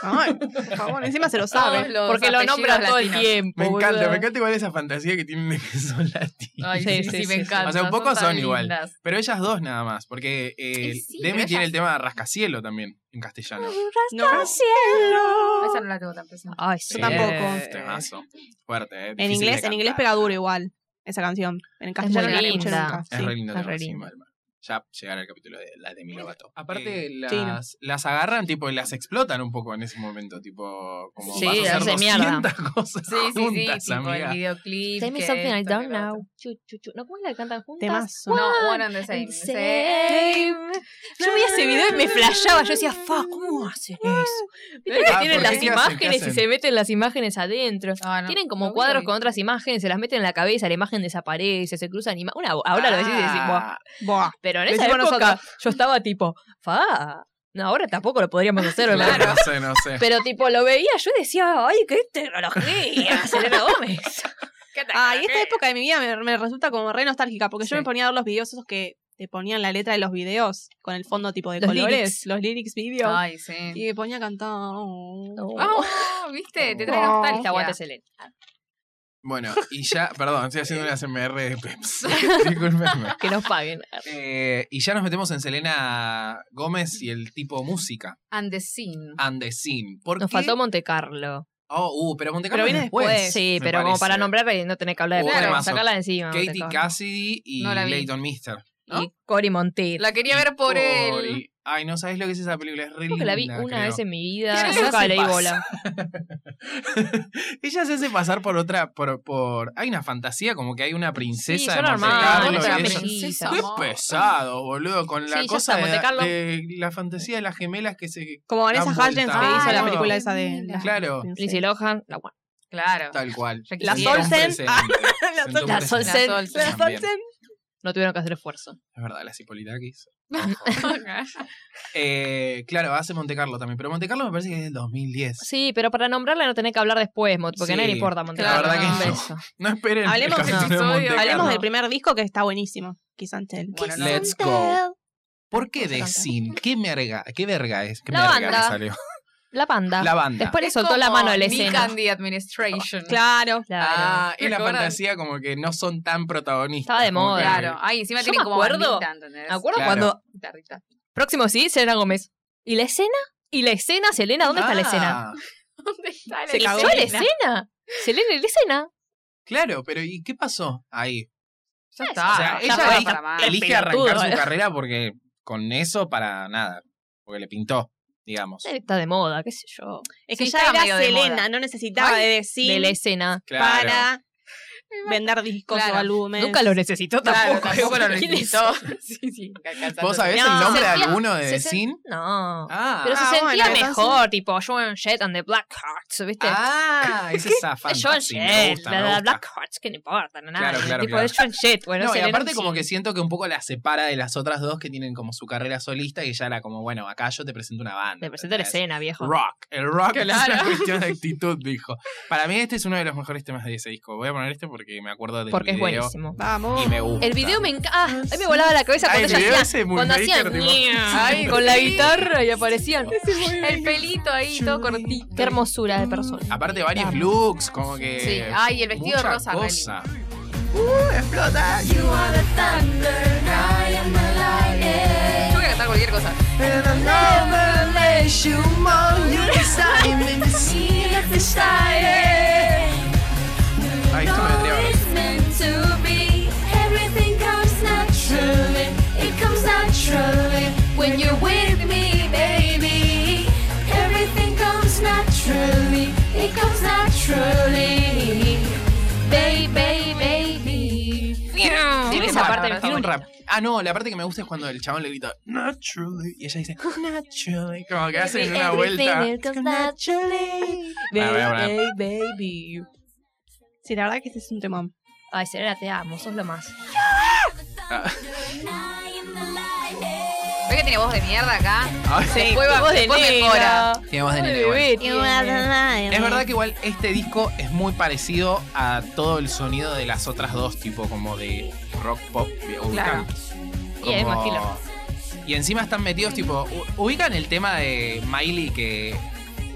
no, no.
Ay, por favor, encima se lo
Todos
sabe.
los
Porque lo
apellidos
nombra todo el
latinos.
tiempo.
Me encanta,
boluda.
me encanta igual esa fantasía que tienen de que son latinos.
Ay,
Sí,
sí,
sí,
sí,
sí,
me
sí.
encanta.
O sea, un poco
tan
son igual.
lindas.
Pero ellas dos nada más, porque eh,
Y sí,
Demi
pero
tiene
ellas-
el tema de Rascacielo también, en castellano.
No,
Esa no la tengo tan presente.
Ay, sí. Eh,
Sí,
tampoco.
es un Temazo. Fuerte, eh,
en
difícil de
inglés, en inglés
cantar.
pega duro igual esa canción. En castellano
muy
no la escuché
linda.
nunca.
Es
Sí,
re lindo
es
tema,
re
sí,
lindo.
mal, mal. Ya llegará el capítulo de la de Milovato. Aparte,
Eh,
las,
sí, no.
las agarran, tipo, y las explotan un poco en ese momento, tipo, como
Sí,
vas a hacer
hace mierda.
200 cosas
Sí, sí, sí.
juntas,
tipo el
amiga.
videoclip.
Tell me
que
something I
esto, que
don't
lo otro.
know. Chu, chu, chu. ¿No cómo la cantan juntas?
Temazo.
No, one and the same.
Same. Yo veía ese video y me flashaba. Yo decía, fuck, ¿cómo hacen eso? Viste que
Ah,
tienen
¿por
las
qué? ¿Qué hacen? ¿Qué
imágenes y
hacen?
se meten las imágenes adentro.
Ah, no,
Tienen
no
como
vi,
cuadros
no
con otras imágenes, se las meten en la cabeza, la imagen desaparece, se cruzan imágenes. Una, ahora lo decís y decís, "Buah".
Ah,
Buah.
Pero en
Lo
esa época
hicimos
yo estaba tipo, fa. No, ahora tampoco lo podríamos hacer, ¿verdad?
No sé, no sé.
Pero tipo, lo veía, yo decía, ay, qué tecnología, Selena Gómez.
¿Qué tal?
Ah, y esta época de mi vida me, me resulta como re nostálgica, porque yo
Sí.
me ponía a ver los videos esos que te ponían la letra de los videos con el fondo tipo de
Los
colores,
lyrics.
los lyrics video.
Ay, sí.
Y me ponía a cantar. oh.
Ah, ¿viste? Te trae
Oh.
nostalgia.
Aguante, Selena.
Bueno, y ya, perdón, estoy
Eh.
haciendo una CMR de Peps. Disculpenme.
Que nos paguen.
Eh, y ya nos metemos en Selena Gómez y el tipo música,
And the scene.
and the scene. ¿Por
Nos
qué?
faltó Monte Carlo.
Oh, uh, pero Monte
Pero
Carlo
viene
después.
después.
Sí,
me
pero como
parece.
para nombrar y no tener que hablar de
Claro.
Claro, sacarla de encima. Monte
Katie
Carlo.
Cassidy y
No la vi.
Leighton Mister. ¿no?
Y Cory Monteith.
La quería ver por él.
Cory. Ay, no sabés lo que es esa película, es re
Creo que la vi
linda,
una
creo.
vez en mi vida.
Ella
y
se
Nunca
hace
leí
pasar.
bola.
Ella se hace pasar por otra, por, por... Hay una fantasía como que hay una princesa
Sí,
de
son
Monte
hermanos,
Carlo y
otra
ella-
princesa.
Qué
amor.
pesado, boludo, con la
Sí, ya
cosa
está, Monte Carlo.
de, de la fantasía de las gemelas que se...
Como Vanessa
Dan vuelta.
Hudgens que
Ah,
hizo la
claro.
película esa de.
Claro.
Lindsay Lohan, la buena.
Claro.
Tal cual.
Ya
La
quisiera.
Solsen.
Sentuvo
La
presente.
La
Sentuvo
Solsen.
presente.
La
También.
No tuvieron que hacer esfuerzo.
Es verdad, las Hipolitakis. Eh, claro, hace Monte Carlo también, pero Monte Carlo me parece que es del 2010.
Sí, pero para nombrarla no tenés que hablar después, Mot, porque
Sí,
no le importa Monte
la
Carlo.
verdad que
Un
no.
beso.
No esperen. el
Hablemos del
capítulo de
episodio,
Monte
Hablemos
Carlo.
del primer disco que está buenísimo. Kiss and Tell.
Bueno, no.
Let's go. ¿Por qué de Sin? ¿Qué merga? ¿Qué verga es? ¿Qué
La
merga me
banda.
salió?
La banda.
La banda.
Después le
Es
soltó la
como
mano a la
Nick
escena.
and the Administration.
Claro.
Claro.
Ah,
¿te
es la
acordás?
fantasía como que no son tan protagonistas.
Estaba de
como
moda.
que-
Claro. Ay, encima
Yo
tienen
me
como
acuerdo-
bandita, ¿entendés?
Me acuerdo
Claro.
cuando.
Guitarrita.
Próximo sí, Selena Gómez. ¿Y la escena? ¿Y la escena, Selena? ¿Dónde está la escena?
Ah,
¿Dónde está la
Se
¿Y
cagó.
yo la escena? Selena, ¿y la escena?
Claro, pero ¿y qué pasó ahí?
Ya
O
está.
sea,
ya
ella
fue
elige,
para más.
elige
pelotudo,
arrancar
eh.
su carrera porque con eso para nada. Porque le pintó, digamos.
Está de moda, qué sé yo.
Es
Sí,
que ya
estaba
era
medio de moda.
Selena, no necesitaba de
De
decir
la escena.
Claro.
para vender discos
Claro.
o álbumes.
Nunca lo necesitó
Claro,
tampoco.
tampoco lo
¿Quién
necesitó.
es?
Sí, sí.
¿Vos sabés
No,
el nombre de
sentía-
alguno de
se sen-
Sin?
No.
Ah,
Pero
Ah,
se sentía
bueno,
mejor, tipo Joan Jett and the Black Hearts, ¿viste?
ah, esa es esa
Es Joan
fantasía. me
Jett,
gusta,
la,
me
la
gusta.
Black Hearts, que no importa, no nada.
Claro, claro,
tipo
claro.
es Joan Jett, bueno,
No, y
Selena
aparte como
sí.
que siento que un poco la separa de las otras dos que tienen como su carrera solista y ya era como, bueno, acá yo te presento una banda.
Te presenta la
¿entendés?
escena, viejo.
Rock. El rock es
Claro.
una cuestión de actitud, dijo. Para mí este es uno de los mejores temas de ese disco. Voy a poner este porque me acuerdo del
Porque es
video
buenísimo.
Vamos.
y me gusta.
El video me encanta. A mí me volaba la cabeza
Ay,
cuando
el
ella
video
hacía-
ese muy
Cuando
maker,
hacían
tipo.
Ay, con la
sí.
guitarra y aparecían.
El pelito ahí, todo cortito.
Qué hermosura de persona.
Aparte varios looks, como que...
Sí. Ay, el vestido
mucha
rosa, re
cosa.
You are the thunder, I am the lightning.
Yo voy a cantar cualquier cosa.
She is excited.
Ay, esto me vendría
No,
bárbaro.
it's meant to be. Everything comes naturally. It comes naturally when you're with me, baby. Everything comes naturally. It comes naturally. Baby, baby.
Tiene
Tiene
esa
rap,
parte de mi
tiene un
favorita.
rap. Ah, no, la parte que me gusta es cuando el chabón le grita naturally y ella dice naturally, como que hacen una vuelta. Ah,
Everything comes naturally.
Bueno, bueno, bueno.
Baby, baby. Sí, la verdad que este es un temón.
Ay, Serena, te amo, sos lo más.
¿Ves que tiene voz de mierda acá?
Ah,
Después, va,
Voz de
después
negra.
mejora.
Tiene voz de nene, igual. Es
Em.
verdad que igual este disco es muy parecido a todo el sonido de las otras dos, tipo como de rock pop. de-
Claro.
ubican
Y es más killer.
Y encima están metidos, tipo, u- ubican el tema de Miley que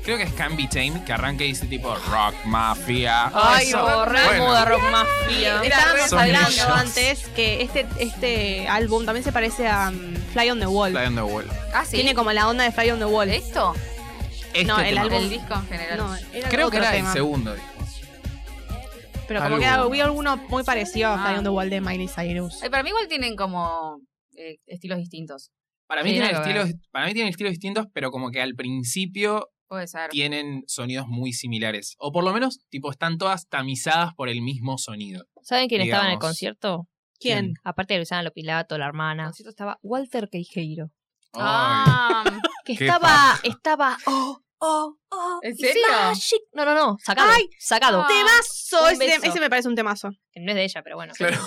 creo que es Can Be Tamed, que arranca y dice tipo rock mafia.
Ay,
Eso,
borré
bueno.
moda rock mafia.
Estábamos
Son
hablando
ellos.
antes que este, este álbum también se parece a um, Fly on the Wall.
Está dando vuelo.
Ah, sí.
Tiene como la onda de Fly on the Wall.
¿Esto?
Este
No, el
tema.
álbum-
El disco en general.
No, era
Creo que
otro
era
tema.
el segundo disco.
Pero como que
Algo.
había alguno muy parecido a
Ah.
Fly on the Wall de Miley Cyrus.
Ay, para mí igual tienen como eh, estilos distintos.
Para mí,
Sí,
tienen
nada que ver.
estilos, para mí tienen estilos distintos, pero como que al principio
Puede ser.
tienen sonidos muy similares. O por lo menos, tipo, están todas tamizadas por el mismo sonido.
¿Saben quién estaba en el
Digamos. Mm.
concierto?
¿Quién?
Aparte de Luciana Lopilato, la hermana. En el concierto estaba Walter Queijeiro.
Ah,
Que
Qué
estaba, estaba, oh, oh, oh.
¿En
it's
serio?
magic. No, no, no, sacado.
Ay,
sacado.
ah.
¡Temazo!
Un
Ese,
beso.
ese me parece un temazo.
Que No es de ella, pero bueno.
Claro.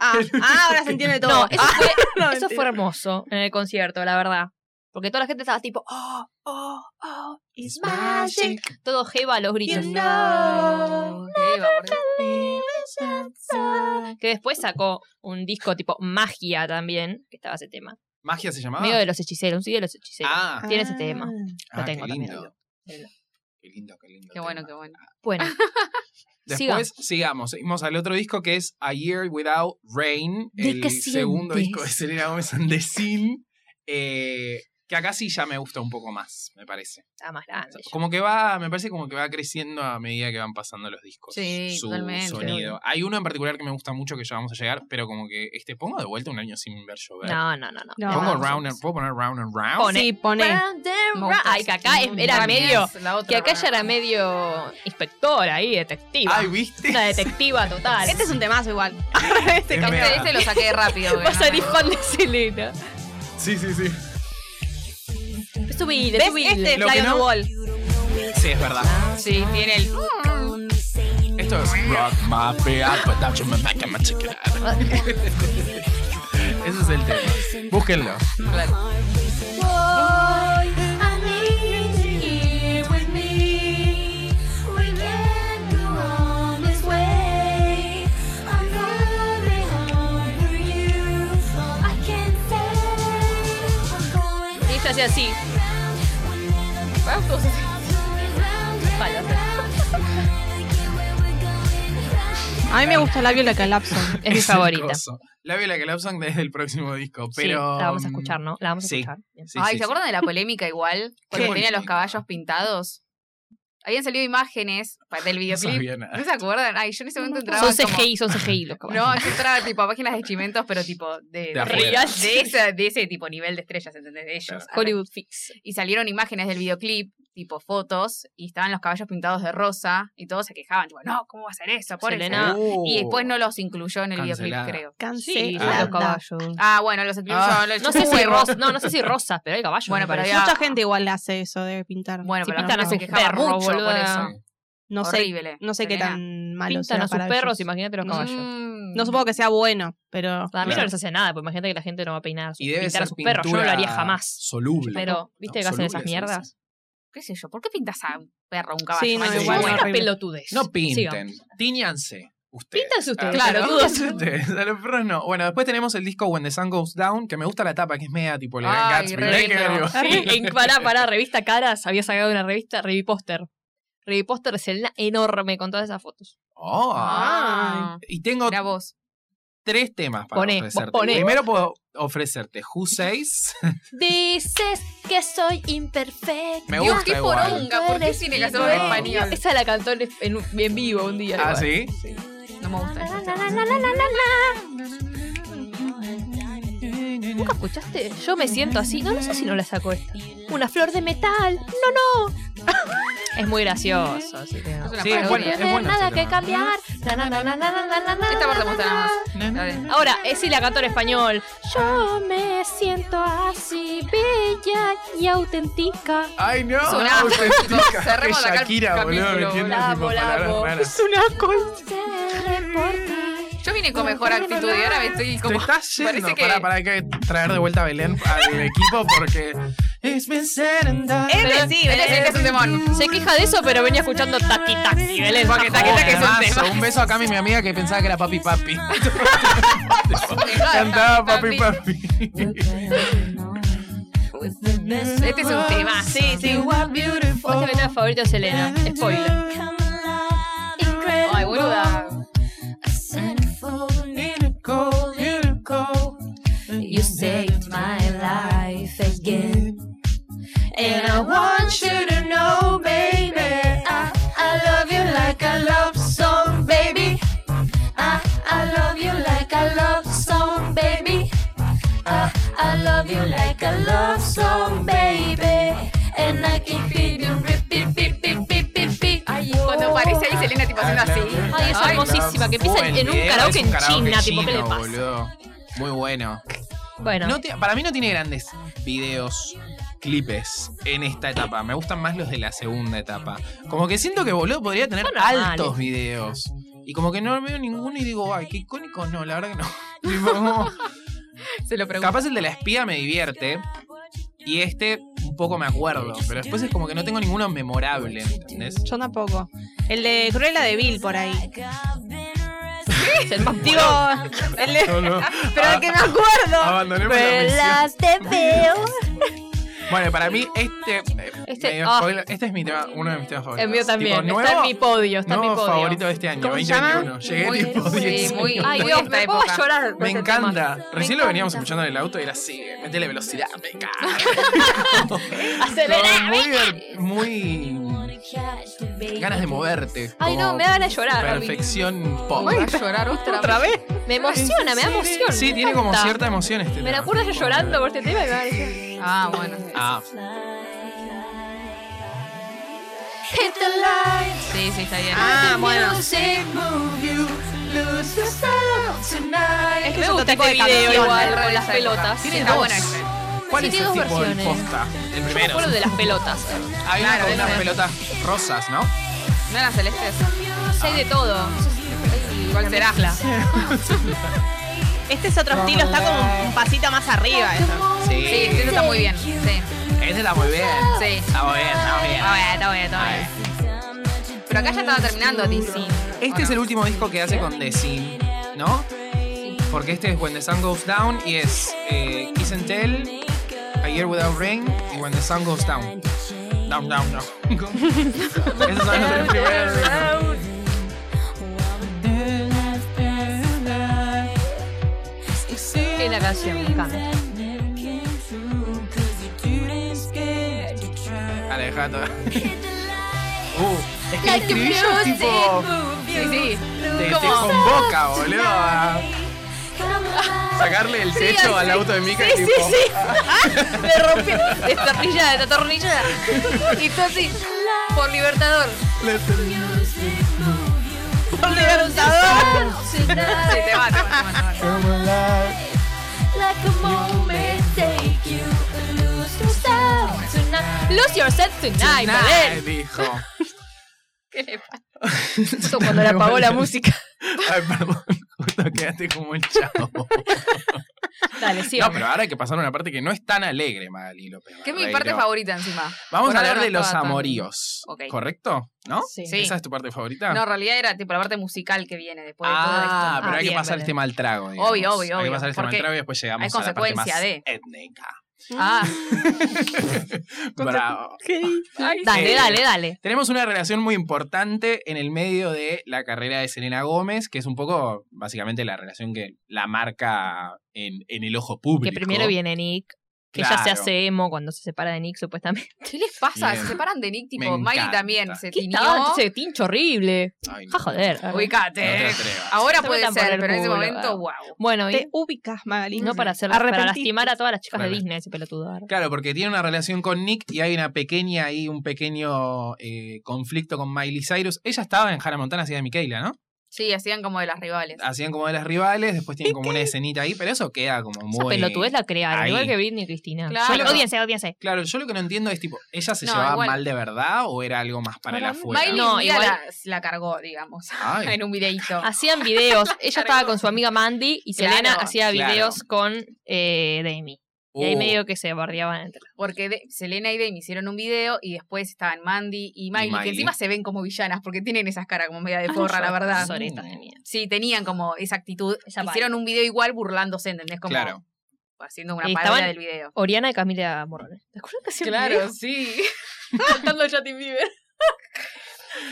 Ah, ah, ahora se entiende todo.
No, eso fue,
No,
eso
mentira.
fue hermoso en el concierto, la verdad. Porque toda la gente estaba tipo, oh, oh, oh, it's magic. Todo jeva a los gritos.
You
No. Qué va, por Dios.
Que después sacó un disco tipo Magia también, que estaba ese tema.
¿Magia se llamaba?
Medio de los hechiceros, un sí de los hechiceros.
Ah,
Tiene ese tema.
ah,
tengo
qué
también,
lindo.
amigo.
Qué lindo, qué lindo.
Qué bueno, qué bueno.
Bueno,
Después sigamos. Seguimos al otro disco que es A Year Without Rain,
¿De
el
qué
segundo
sientes?
disco de Selena Gómez and the Sin, eh, que acá sí ya me gusta un poco más, me parece.
está más
O
grande.
sea, Como que va, me parece como que va creciendo a medida que van pasando los discos.
Sí,
su
totalmente.
sonido. Hay uno en particular que me gusta mucho que ya vamos a llegar, pero como que este pongo de vuelta un año sin ver llover.
No, no, no, no.
No.
Pongo
no.
round and, ¿Puedo poner round and round?
Pone.
Sí, pone.
Round
Me
and round.
gusta
Ay,
ese
que acá
tipo.
era
Ah,
medio.
es la otra,
Que acá ya
¿verdad?
era medio inspectora ahí, detectiva.
Ay, ¿viste?
Una detectiva total.
Este es un temazo igual. este
Es
campeón.
mega.
Este, este lo saqué rápido. porque
Va a
no
salir
me-
fan de Selena.
Sí, sí, sí.
Subile,
¿Ves?
subile.
Este es
Lo que
Fly on the
no-
Wall.
Sí, es verdad.
Sí, tiene el.
Esto es Rock My Beat, but don't you make my back, my chicken.
Ah,
Ese es el tema. Búsquenlo.
Claro.
Y ella hacía así.
A mí me gusta la viola calapso.
Es mi
Es el
favorita. Sí,
coso. La Viola Calapson desde el próximo disco, pero... mm,
la vamos a escuchar, ¿no? La vamos a
sí.
escuchar. Bien.
Sí,
Ay,
sí,
¿se
sí.
acuerdan de la polémica igual? Cuando tenía
polémica?
los caballos pintados. Habían salido imágenes pa- del
No
videoclip.
sabía
¿No
nada.
se acuerdan? Ay, yo en ese momento entraba.
Son
como-
CGI, son CGI los caballos.
No, yo entraba tipo a páginas de chimentos, pero tipo de,
De afuera.
de, ese, de ese tipo nivel de estrellas, ¿entendés? De ellos.
Hollywood Fix.
Y salieron imágenes del videoclip, tipo fotos, y estaban los caballos pintados de rosa, y todos se quejaban, tipo, no, ¿cómo va a ser eso? Por
Selena.
Y después no los incluyó en el
Oh. Cancelada.
videoclip, creo.
Sí,
Ah.
los caballos.
Ah, bueno, los incluyó.
Ah.
los
No sé si
huevos.
rosas, no, no sé si rosas, pero hay caballos.
Bueno,
me
pero
parece.
ya-
Mucha gente igual hace eso de pintar.
Bueno,
Si
pero la
pintan
gente
a
se
sus
quejaba
perros,
mucho por
boluda.
eso.
no sé,
Horrible.
no sé qué
Selena.
tan malo
Pintan
será
a sus
para
perros,
ellos.
imagínate los caballos.
Mm.
No supongo que sea bueno, pero
A mí
Claro.
no les hace nada, porque imagínate que la gente no va a peinar, a sus-
Y debe
pintar
ser
a sus perros. Yo no lo haría jamás.
Soluble.
Pero, ¿viste
No,
que hacen esas
soluble se usa.
mierdas?
¿Qué sé yo? ¿Por qué pintas a un perro, un caballo?
Sí, no,
Ay,
Sí,
Igual
bueno,
una
horrible.
pelotudez.
No
Sigan.
pinten. Tíñanse. Ustedes.
Píntense ustedes,
Ah,
claro,
¿no?
dudas.
Píntense ustedes. A los perros no. Bueno, después tenemos el disco When the Sun Goes Down, que me gusta la tapa, que es media tipo la
Ay,
Gran Gatsby.
re
¿Ves
lindo.
que digo?
Sí, en, pará, pará, revista Caras, había sacado una revista, Reviposter. Reviposter de Selena enorme con todas esas fotos.
Oh.
Ah,
Y tengo
mira vos.
tres temas para
Poné,
ofrecerte.
poné.
Primero puedo ofrecerte Who Says.
Dices que soy imperfecta.
Me
Dios,
gusta
qué
igual.
poronga, ¿por qué tiene que hacerlo en
No.
español?
Esa la cantó en, en- en vivo un día.
Ah,
igual.
¿sí?
No me gusta. esa.
¿Nunca escuchaste? Yo me siento así. No, no sé si no la saco esta. Una flor de metal. No, no. es muy gracioso. así que no.
Es una
Sí,
parodia.
es bueno, es bueno
Pues nada
ese
que
tema.
cambiar.
Esta parte me gusta nada más. Dale.
Ahora, es si la cantó en
Eh,
español.
Yo me siento así, bella y auténtica.
Ay, no.
Es un asco.
auténtica.
Cerremos
Que
acá el
Shakira, boludo,
capítulo,
metiendo tipo
boludo.
Amo, la
palabras
amo.
raras.
un asco.
Seré por ti.
Yo vine con mejor actitud y ahora me estoy
Te
como.
estás yendo.
Parece que-
Para, para, hay que traer de vuelta a Belén al equipo porque It's been said and done.
Pero-
Este sí,
Este sí que
Belén.
es un demonio.
Se queja de eso, pero venía escuchando taqui taqui, Belén.
Porque taqui, taqui es un
Temazo.
tema.
Un beso acá a mi mi amiga que pensaba que era papi papi. Cantaba papi papi.
Este es
Ah,
un tema.
Sí, sí.
¿Cuál es tu tema favorito de Selena? Spoiler.
Ay, boluda.
You saved my life again. And I want you to know, baby, I, I love you like I love some, baby. I, I love you like I love some, baby. I, I love you like I love some, baby. And I can feel you repeat, beep, beep, beep, beep, beep.
Cuando aparece ahí Selena
Ah,
tipo haciendo así.
Ay, es hermosísima, que empieza en- en un karaoke en China, tipo, ¿qué le pasa?
Boludo. Muy bueno.
Bueno,
No tiene- para mí no tiene grandes videos, clipes en esta etapa. Me gustan más los de la segunda etapa. Como que siento que boludo podría tener
Son normales.
altos videos. Y como que no veo ninguno y digo, ay, qué icónicos no, la verdad que no. Tipo, como-
Se lo pregunto.
capaz el de la espía me divierte. Y este un poco me acuerdo. Pero después es como que no tengo ninguno memorable, ¿entendés?
Yo tampoco. El de Cruella de Bill por ahí.
es el más
Digo, el de- pero el que me acuerdo.
Abandonemos
te veo.
Bueno, para mí este eh,
Este-
medio
ah.
spoiler, este es mi tema, uno de mis temas favoritos.
El mío también.
Tipo,
está en
nuevo-
mi podio, está en mi
nuevo
podio.
favorito de este año,
¿Cómo se llama?
2021. Llegué
Muy-
tipo
sí,
10.
muy-
Ay,
Muy
Dios,
esta
me pongo
época.
a llorar. con
Me
este
encanta. Recién lo
encanta.
veníamos escuchando en el auto y era así, metele velocidad, me encanta.
tema. Acelera.
muy, ver- muy ganas de moverte.
Ay, no,
como
me da ganas de llorar.
Perfección pop.
Voy a llorar otra, vez.
Me emociona, me da emoción.
Sí,
me
tiene como
encanta.
cierta emoción este
Me
tema.
la acuerdo yo llorando por este tema y me da ganas de llorar.
Ah, bueno.
Ah,
Hit the light.
Sí, sí, está bien.
Ah, bueno.
Music move you. Lose yourself tonight.
Es que
Me
es otro
gusta
tipo de
este video
canción.
igual
¿no?
con las
Esa
pelotas.
época.
tiene
está
dos.
bueno este.
¿Cuál
Sí,
es
tiene
el
dos
tipo el
versiones.
posta? El
Yo me
primero.
acuerdo de las pelotas.
Hay una
Claro,
con
ese.
unas pelotas rosas, ¿no?
No eran celestes.
Hay de todo.
¿Cuál será?
Este es otro estilo, está como un pasito más arriba. eso.
Sí, este está muy bien. Sí. Sí.
Este está muy bien. Está muy bien, está muy bien.
Ah.
Está bien, está bien, está bien. Pero acá ya estaba terminando DC.
Este es el último disco que hace con Desi, ¿no? Porque este es When the Sun Goes Down y es eh, Kiss and Tell, A Year Without Rain y When the Sun Goes Down. Down, down, down. Esos son los tres primeros.
Qué la canción, me encanta.
Alejandro. Uh, es que el estribillo es tipo.
Sí, sí.
Te, te convoca, boludo. A sacarle el techo al auto de Mika y
Sí,
tipo.
sí, sí. Me rompió. Destornillada, destornillada. Y tú así. Por Libertador.
Let the music
Por Libertador.
Sí, te va, te va, te va, te va.
come alive.
Like a moment, take you lose yourself tonight.
Lose yourself tonight,
Ay,
Belén.
dijo.
¿Qué le pasa?
Justo cuando le apagó la música.
Ay, perdón. Justo quedaste como el chavo.
Dale, sí.
No, pero ahora hay que pasar a una parte que no es tan alegre, Magali López.
Que es mi
Barreiro.
parte favorita encima.
Vamos
Por
a
ahora
hablar
no
de los
estaba tan-
amoríos.
Ok.
¿Correcto? ¿No?
Sí.
¿Esa es tu parte favorita?
No, en realidad era tipo la parte musical que viene después de todo esto.
Ah, pero
Ah,
hay que
bien,
pasar
vale.
el tema al trago.
Obvio,
digamos.
obvio,
Hay que
obvio,
pasar el tema al
porque
trago y después llegamos
hay
a la parte más
consecuencia de.
étnica.
Ah,
Bravo.
ay,
Dale,
Eh,
dale, dale.
Tenemos una relación muy importante en el medio de la carrera de Selena Gómez, que es un poco, básicamente, la relación que la marca en, en el ojo público.
Que primero viene Nick. Que ya se
Claro.
hace emo cuando se separa de Nick, supuestamente.
¿Qué les pasa?
Bien.
Se separan de Nick, tipo,
Me
Miley
encanta.
también se
¿Qué
tiñó.
tal? Ese tincho horrible.
Ay,
Ja, joder.
No te
Ubicate.
atrevas.
Ahora
Se
puede
metan por
ser,
el
pero en ese
culo,
momento,
bravo.
wow.
Bueno, y
Te ubicas, Magali.
no para hacer para
Arrepentiste.
lastimar a todas las chicas de
Claro.
Disney ese pelotudo. ahora.
Claro, porque tiene una relación con Nick y hay una pequeña ahí, un pequeño eh, conflicto con Miley Cyrus. Ella estaba en Hannah Montana, hacía de Michaela, ¿no?
Sí, hacían como de las rivales.
Hacían como de las rivales, después tienen como una escenita ahí, pero eso queda como
Esa
muy.
pelotudez la crearon,
ahí.
igual que Britney y Cristina.
Claro.
Yo lo- Odiense, odiense.
Claro, yo lo que no entiendo es tipo, ¿ella se
No,
llevaba
igual.
mal de verdad o era algo más para la afuera?
Miley
No,
un día
igual- Ah.
la, la cargó, digamos,
Ay.
en un videito.
Hacían videos. Ella estaba con su amiga Mandy y
Claro.
Selena hacía
Claro.
videos con eh, Demi. Y ahí
Oh,
medio que se bardeaban entre
Porque de- Selena y Dame hicieron un video y después estaban Mandy y Miley, que
Miley.
encima se ven como villanas porque tienen esas caras como media de
las
porra, la verdad.
Soretas
Mm.
de mierda.
Sí, tenían como esa actitud.
Esa vibe.
hicieron un video igual burlándose, ¿entendés? Como
Claro.
haciendo una
Y
parodia
estaban-
del video.
Oriana y Camila Morales. ¿Te acuerdas que hacían un video?
Claro, sí.
Cantando Justin Bieber.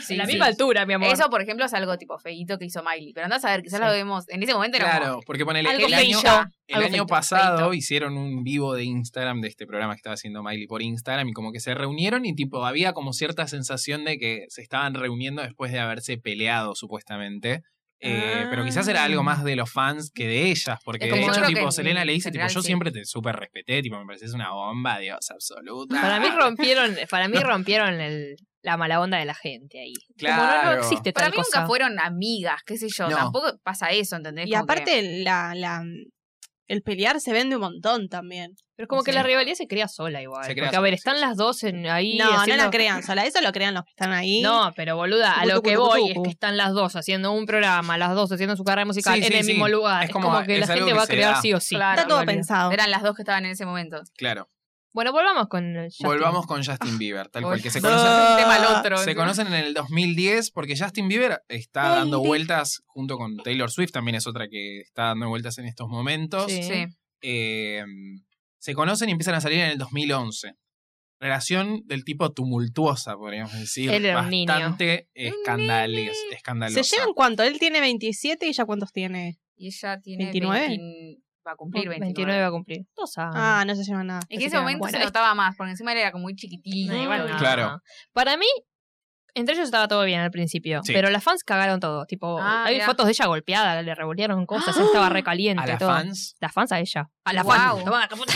Sí,
la
sí.
misma altura, mi amor.
Eso, por ejemplo, es algo tipo feíto que hizo Miley. Pero andás a ver, quizás
Sí.
lo vemos. En ese momento era
Claro, porque ponele
algo
el año,
feillo,
el
algo
año
feito,
pasado
feito.
hicieron un vivo de Instagram de este programa que estaba haciendo Miley por Instagram y como que se reunieron y tipo había como cierta sensación de que se estaban reuniendo después de haberse peleado supuestamente. Eh,
Ah.
Pero quizás era algo más de los fans que de ellas, porque de
Es como
hecho,
creo que
tipo,
en
Selena le dice, tipo,
general,
yo
sí.
siempre te súper respeté, tipo, me pareces una bomba, Dios, absoluta.
Para
Ah.
mí rompieron, para mí rompieron el- la mala onda de la gente ahí. Como no, no
Claro.
existe
Para
tal
mí
cosa.
nunca fueron amigas, qué sé yo.
No.
Tampoco pasa eso, ¿entendés?
Y
Como que-
aparte, la, la, el pelear se vende un montón también.
Pero es como que
Sí.
la rivalidad se crea sola igual.
Se crea
porque, a ver,
sola,
están
sí,
las dos en- ahí
no,
haciendo-
no la crean sola. Eso lo crean los que están ahí.
No, pero boluda, a lo
Tucu,
que
tucu,
voy es
tucu.
que están las dos haciendo un programa, las dos haciendo su carrera musical
Sí,
en
sí,
el
sí.
mismo lugar.
Es
Es como,
como-
que la
es algo
gente
que
va a
se
crear
da.
sí o sí.
Claro.
Está todo
rivalidad.
pensado.
Eran las dos que estaban en ese momento.
Claro.
Bueno, volvamos con el Justin.
Volvamos con Justin Bieber, tal cual, que se
Uy,
conocen
un tema al otro.
Se conocen en el 2010 porque Justin Bieber está
Ay,
dando
de-
vueltas junto con Taylor Swift, también es otra que está dando vueltas en estos momentos.
Sí.
Sí.
Eh, se conocen y empiezan a salir en el 2011. Relación del tipo tumultuosa, podríamos decir.
Él era un niño.
bastante escandales, escandalosa.
¿Se llevan cuánto? Él tiene 27 y ya cuántos tiene.
Y ella tiene
29.
20 va a cumplir
29.
29.
va a cumplir. Dos años.
Ah, no se llevan nada.
En
Así
ese
que,
momento
bueno,
se
es-
notaba más, porque encima él era como muy chiquitín.
No, igual no.
Claro.
Para mí, entre ellos estaba todo bien al principio.
Sí.
Pero las fans cagaron todo. Tipo,
Ah,
hay
mirá.
fotos de ella golpeada, le revolvieron cosas, él estaba recaliente.
a las
todo.
fans.
Las fans a ella. A la
Guau.
fan. Tomá, caputa.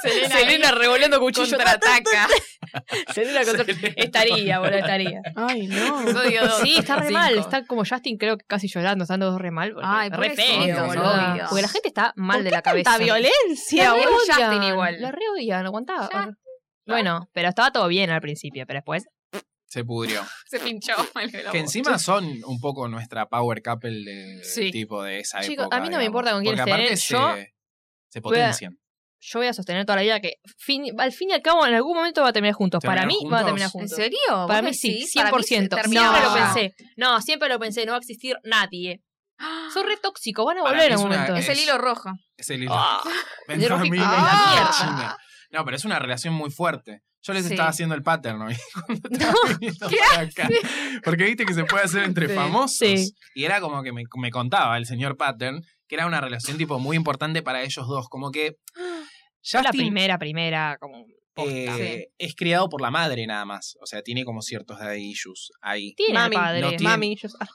Selena
Selena, revolviendo cuchillo.
Contraataca.
Selena contra- Estaría, boludo, estaría.
Ay, no.
Episodio dos.
Sí, está re mal.
Cinco.
Está como Justin, creo que casi llorando, estando dos re mal. porque
Ay,
re feo,
pobrecitos,
boludo.
obvio.
Porque la gente está mal
¿Por
de
qué
la cabeza.
Tanta violencia.
Lo
Pero
re
Justin
odian,
igual.
Lo re odian, no aguantaba.
Justin.
Bueno, pero estaba todo bien al principio, pero después.
Se pudrió.
Se pinchó. mal de la
Que
voz.
encima son un poco nuestra power couple de
Sí.
tipo de esa
Chicos,
época.
a mí no me
digamos.
importa con quién
Porque aparte
estén, yo
se, se
voy a-
potencian.
Yo voy a sostener toda la vida que fin- al fin y al cabo en algún momento va a terminar juntos. Para
¿Terminan
mí va a
juntos?
terminar
¿En
juntos.
serio?
Para mí
¿Vos
sí,
decís?
100%.
Para mí se terminó
siempre lo
ya.
pensé. No, siempre lo pensé. No va a existir nadie. Son re tóxicos, van a
Para
volver
mí
en un
es una-
momento.
Es el hilo rojo.
Es el
Ah,
Ven
Neurótico.
familia, la
Ah.
mierda. No, pero es una relación muy fuerte. Yo les
Sí.
estaba haciendo el pattern hoy. cuando estaba viniendo para acá. Porque viste que se puede hacer entre
Sí.
famosos.
Sí.
Y era como que me, me contaba el señor Pattern que era una relación tipo muy importante para ellos dos. Como que
la
Justin
primera, primera, como posta.
eh, es criado por la madre nada más. O sea, tiene como ciertos daddy issues ahí.
Tiene
Mami,
padre.
no tiene-
Mami, yo- ah,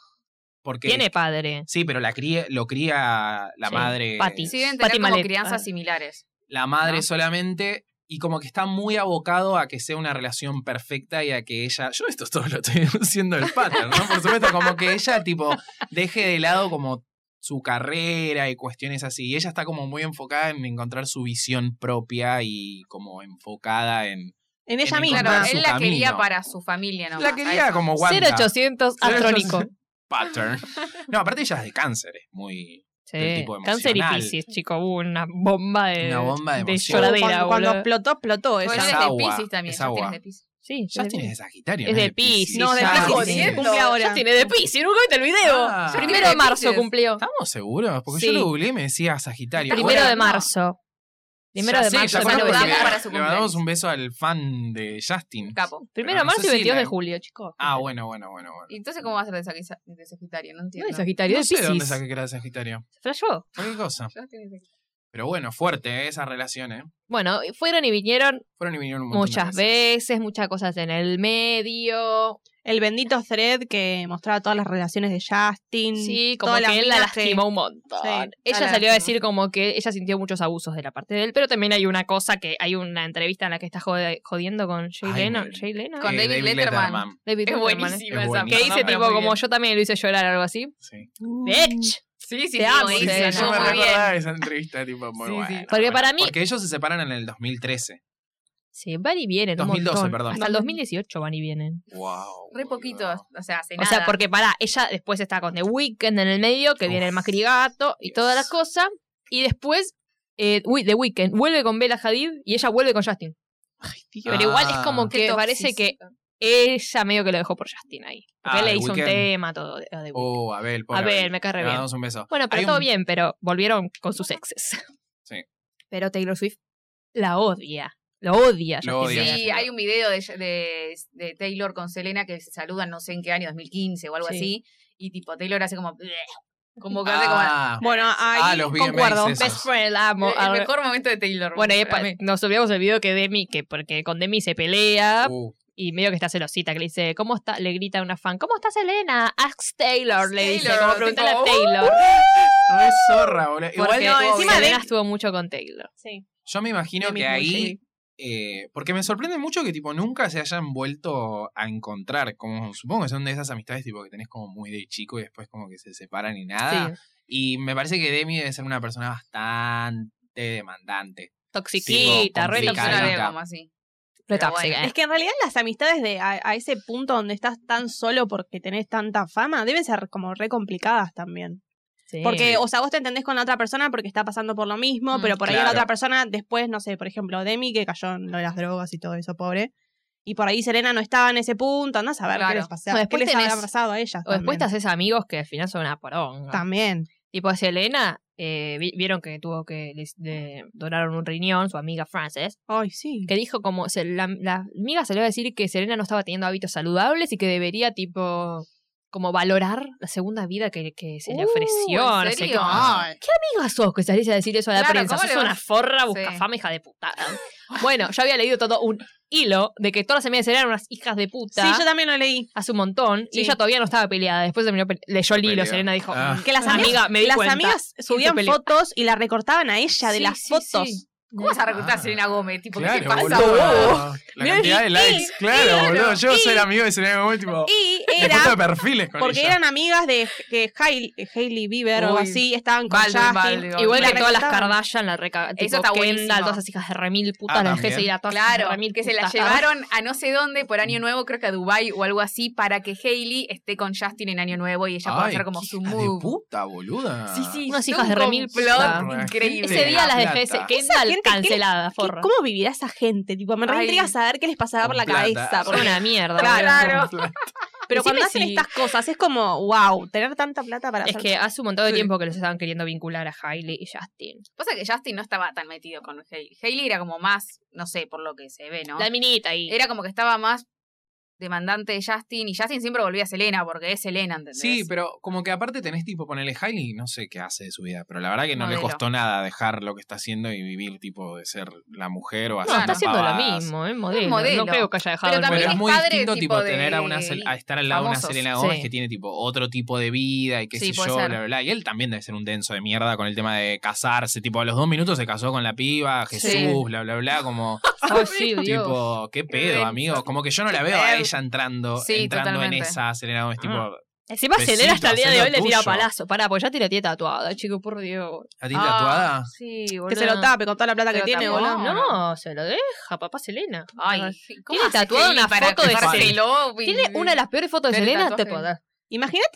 Porque,
Tiene padre.
Sí, pero la cría, lo cría la
Sí,
madre.
Patty.
Sí, deben
Pati
tener como
Malek.
crianzas
Ah.
similares.
la madre
¿no?
solamente y como que está muy abocado a que sea una relación perfecta y a que ella, yo esto todo lo estoy haciendo el pattern, ¿no? Por supuesto, como que ella tipo deje de lado como su carrera y cuestiones así. Y ella está como muy enfocada en encontrar su visión propia y como enfocada en...
En ella
En el
misma.
Claro,
su
él la quería
camino.
para su familia, ¿no?
La quería como Wanda.
0800 astrónico.
Pattern. No, aparte ella es de cáncer, es muy... Del
Sí.
tipo emocional.
Cáncer y piscis, chico. Hubo una bomba de,
Una bomba de emoción.
Cuando-
lloradera,
cuando, cuando
boludo. Pues
explotó, explotó
Bueno,
ella.
Es
Pues él es
agua,
de Pisces también.
es
Justin
agua.
es de Pisces.
Sí,
Ya
es de
tiene de
Piscis.
Sagitario.
Es
¿no?
de Ah,
Piscis.
Piscis.
No, de
ya.
Piscis,
jodiendo.
cumple ahora.
Ya tiene de Piscis. Nunca viste el video.
Ah.
Primero de marzo
Piscis.
cumplió.
¿Estamos seguros? Porque
Sí.
yo lo googleé y me decía Sagitario.
Primero
Ahora-
de marzo. Primero
Ya
de
sé,
marzo.
ya
ya
conozco
lo
porque
vamos para su
Le mandamos
cumpleaños.
un beso al fan de Justin.
Capo.
Primero
Pero
de
no
marzo
sé
y
si
22 de
la-
julio, chicos.
Ah, bueno, bueno, bueno, bueno.
¿Y entonces cómo va a ser de Sagisa- de Sagitario? No
No
entiendo.
de Sagitario,
No
de
sé de dónde
Piscis.
saqué que era de Sagitario.
Se flashó.
¿Qué cosa?
Justin es de-
Pero bueno, fuerte ¿eh? esa relación, ¿eh?
Bueno, fueron y vinieron
Fueron y vinieron un montón de
muchas veces, muchas cosas en el medio.
El bendito thread que mostraba todas las relaciones de
Mm,
Justin.
Sí, como
todas las
que él la
minas que-
lastimó un montón.
Sí, la
ella salió
lastimó.
a decir como que ella sintió muchos abusos de la parte de él, pero también hay una cosa que hay una entrevista en la que está jode- jodiendo con Jay
Ay,
Leno.
me-
Jay Leno.
Con
Eh,
David Letterman.
David
Es
Letterman, ¿eh?
buenísima
Es
esa
buenísima.
Que dice
No,
tipo como yo también lo hice llorar algo así.
Sí.
Bitch.
Sí, sí, sí,
Te amo,
lo
Mm. Sí,
hice,
Selena.
yo
estuvo
me
muy bien.
recordaba esa entrevista, tipo, muy
Sí, sí.
buena.
Porque
buena.
para mí-
Porque ellos se separan en el 2013.
Sí, van y vienen. un
2012,
montón.
perdón.
Hasta el 2018 van y vienen.
Wow.
Re poquito, o sea, hace
O sea,
nada.
porque pará, ella después está con The Weeknd en el medio, que viene el
Uf.
Macrigato y
Yes.
todas las cosas. Y después eh, Wi- The Weeknd vuelve con Bella Hadid y ella vuelve con Justin. Pero igual es como
que
que parece que ella medio que lo dejó por Justin ahí. Porque
Ah,
él le
The
hizo
Weeknd.
un tema, todo. de- de Weeknd.
Oh, Abel, pobre
a ver,
Abel.
me cae re
Le
bien.
damos un beso.
Bueno, pero
Hay
todo
un-
bien, pero volvieron con sus exes.
Sí.
Pero Taylor Swift la odia. Lo odia.
Lo
Justin
odia.
Bieber.
Sí, hay un video de, de- de Taylor con Selena que se saludan no sé en qué año, 2015 o algo
Sí.
así. Y tipo, Taylor hace como... "Bleh", Como que hace como...
Ah,
Bueno, ahí
Ah, los VMAs
concuerdo.
esos.
Best friend, la amo.
El, el
Ahora-
mejor momento de Taylor.
Bueno, y
para
pa-
mí.
nos subimos el video que Demi, que porque con Demi se pelea
uh,
y medio que está celosita, que le dice, ¿cómo está? Le grita a una fan, ¿cómo está Selena? Ask Taylor, le dice,
Taylor,
como preguntarle a
tipo,
Taylor.
re zorra, boludo. Igual
Porque
no,
encima
Selena
de-
estuvo mucho con Taylor.
Sí.
Yo me imagino
Demi
que
Moore,
ahí.
sí.
eh, porque me sorprende mucho que tipo nunca se hayan vuelto a encontrar. Como supongo que son de esas amistades tipo que tenés como muy de chico y después como que se separan y nada.
Sí.
Y me parece que Demi debe ser una persona bastante demandante.
Toxiquita, re
Sí, yo la veo
complicada.
tóxica.
como así.
Re
Pero
tóxica,
bueno.
eh.
Es que en realidad las amistades de a, a ese punto donde estás tan solo porque tenés tanta fama deben ser como re complicadas también.
Sí.
Porque, o sea, vos te entendés con la otra persona porque está pasando por lo mismo,
Mm,
pero por ahí
claro.
la otra persona después, no sé, por ejemplo, Demi que cayó en lo de las drogas y todo eso, pobre. Y por ahí Serena no estaba en ese punto, andás a ver
Claro.
qué les pasaba.
No,
qué
después
les
tenés-
había pasado a ellas.
O después te
también.
haces amigos que al final son una poronga.
También.
Tipo Selena, eh, vi- vieron que tuvo que les- de- donaron un riñón, su amiga Frances,
Ay, sí.
que dijo como se- la, la amiga salió a decir que Selena no estaba teniendo hábitos saludables y que debería tipo como valorar la segunda vida que, que se le
Uh,
ofreció.
¿en
no sé
serio?
qué.
Ay.
¿Qué amiga sos que salís a decir eso a la
Claro,
prensa?
¿cómo
Sos
le
una
vas-
forra,
Sí.
busca fama, hija de puta. bueno, yo había leído todo un hilo de que todas las amigas de Selena eran unas hijas de puta.
Sí, yo también lo leí.
Hace un montón, y
Sí.
ella todavía no estaba peleada. Después terminó pe- leyó el hilo.
Peleada.
Selena dijo:
Ah.
Que las amigas, me di
las
cuenta.
amigas subían
peleó.
fotos y la recortaban a ella de
Sí,
las
sí,
fotos.
sí.
¿Cómo vas a
Ah.
reclutar a Selena Gómez? Tipo, ¿qué te pasa? boludo?
boludo. La
Mirá,
cantidad
y-
de likes, claro,
claro,
boludo. Yo
y-
soy amigo de Selena Gomez, tipo.
Y
de foto de
era
perfiles Oh. con
porque
ella.
eran amigas de que Hailey, Hailey Bieber o algo
Uy.
así, estaban con
Balvin,
Justin.
Balvin.
Igual
Y la
que todas las
recortaban.
Kardashian, la reca tipo
Eso está
Kendall,
buenísimo.
todas esas hijas de remil putas,
Ah,
las
también.
dejé seguir a todas esas
Claro,
remil
que se la
putas. Ah,
llevaron a no sé dónde por Año Nuevo, creo que a Dubai o algo así, para que Hailey esté con Justin en Año Nuevo y ella pueda
Ay,
hacer como
qué
su
hija de
move.
puta, boluda.
Sí, sí,
Unas
son
hijas de
un
remil
complot
puta.
increíble.
Ese día las dejé
Plata.
que
Esa
Kendall
gente, ¿qué le-
canceladá,
¿Qué-
forra.
¿Cómo vivirá esa gente? Tipo, me
Ay.
reintriga saber qué les pasaba por la
Con plata.
cabeza.
Son
porque-
una mierda.
Claro.
pero cuando hacen
Decime si-
estas cosas es como, wow, tener tanta plata para
Es
hacer-
que hace un montón de
Sí.
tiempo que los estaban queriendo vincular a Hailey y Justin.
Pasa que Justin no estaba tan metido con Hailey. Hailey era como más, no sé, por lo que se ve, ¿no?
La minita ahí.
Era como que estaba más demandante de Justin y Justin siempre volvía a Selena porque es Selena, ¿entendés?
Sí, pero como que aparte tenés tipo ponerle Hailey, no sé qué hace de su vida, pero la verdad que no le
Modelo.
costó nada dejar lo que está haciendo y vivir tipo de ser la mujer o hacer
No, está
Claro.
haciendo lo
pavadas.
mismo, es modelo.
modelo.
No creo que haya dejado
Pero
el
Pero
También
es
es
modelo.
muy
padre
distinto tipo,
tipo
tener a una
de
Sel- a estar al lado
famosos.
de una Selena Gómez
Sí.
que tiene tipo otro tipo de vida y qué sé
Sí, puede
yo,
ser.
bla, bla, bla. Y él también debe ser un denso de mierda con el tema de casarse. Tipo, a los dos minutos se casó con la piba, Jesús,
Sí.
bla, bla, bla. Como,
Oh, sí, Dios.
tipo, qué pedo,
denso.
amigo. Como que yo no la veo a ella entrando,
Sí,
entrando en
totalmente.
esa Selena Gómez. Tipo,
Encima
Besito,
Selena hasta el día de
hacé
hoy
lo
le tira
tuyo.
palazo. Pará, pues ya te la tiene tatuada, chico, por Dios.
¿a ti
Ah,
tatuada?
Sí, boludo.
que se lo tape con toda la plata
Se
que
lo
tiene,
tapó.
boludo.
No, se lo deja, papá Selena.
Ay, ¿cómo
Tiene
hace
tatuada
Hailey
una
para
foto de
dejarse
Selena.
lobby?
Tiene una de las peores fotos de
Tiene
Selena
tatuaje.
tatuada.
Imagínate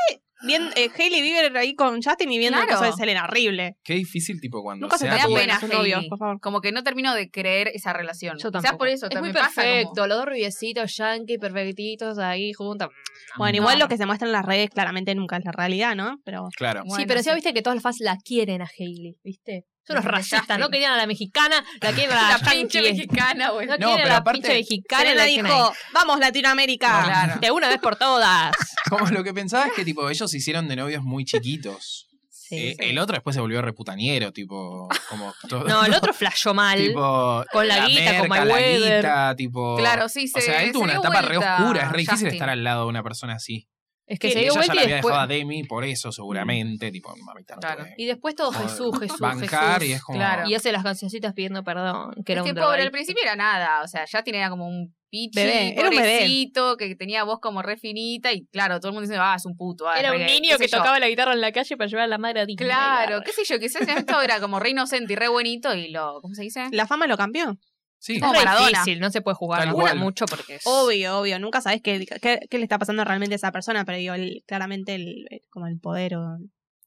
bien eh, Hailey Bieber ahí con Justin y viendo
Claro.
cosas de Selena, horrible.
Qué difícil, tipo, cuando
Nunca se
sea
da
tu-
tatúen
pena,
a sus novios,
Hailey.
por favor.
Como que no termino de creer esa relación.
Yo
Quizás
también.
por eso
es muy
también pasa como-
perfecto, los dos rubiecitos, yankee, perfectitos ahí juntos.
Bueno,
No.
igual lo que se muestra en las redes claramente nunca es la realidad, ¿no? Pero
Claro.
sí,
Bueno,
pero
sí.
ya viste que todas las fans la quieren a Hailey, ¿viste? Son los
Desde
racistas,
Justin.
no querían a la mexicana, la quieren
La
a la,
pinche
yankee.
mexicana, güey.
No,
No,
quieren a
pero
la
aparte-
pinche mexicana,
Selena
la quieren ahí.
dijo, vamos Latinoamérica.
No.
Claro.
De una vez por todas.
Como lo que pensaba es que, tipo, ellos se hicieron de novios muy chiquitos.
Sí,
Eh, El otro después se volvió reputaniero, tipo, como todo.
No, el otro flashó mal.
Tipo,
Con la guita, con
merca,
My
la
Weather.
guita, tipo.
Claro, sí, se
o sea, él
se
tuvo una
dio
etapa re
vuelta,
oscura. Es re difícil
Justin.
estar al lado de una persona así.
es que
Y
se
ella
dio
ya
vuelta
la
y
había
después.
dejado a Demi, por eso, seguramente. Tipo, mamita, no te
Claro.
voy a
Y después todo
joder,
Jesús, Jesús,
bancar
Jesús.
y es como.
Claro.
Y hace las cancioncitas pidiendo perdón, que era
es que pobre, al
un drogadicto.
principio era nada, o sea, ya tenía como un pichi,
Bebé, era un bebé.
pobrecito, que tenía voz como re finita y claro, todo el mundo dice, ah, es un puto. ah,
Era
re
un
gay",
niño
qué
que
sé yo.
tocaba la guitarra en la calle para llevar a la madre a Disney.
Claro, qué sé yo, quizás en esto era como re inocente y re bonito y lo, ¿cómo se dice?
La fama lo cambió.
Sí,
como
es re
Maradona.
difícil, no se puede jugar
Tal
nunca
cual.
mucho porque es...
Obvio, obvio. Nunca sabes qué, qué, qué le está pasando realmente a esa persona, pero digo, el- claramente el, el- como el poder o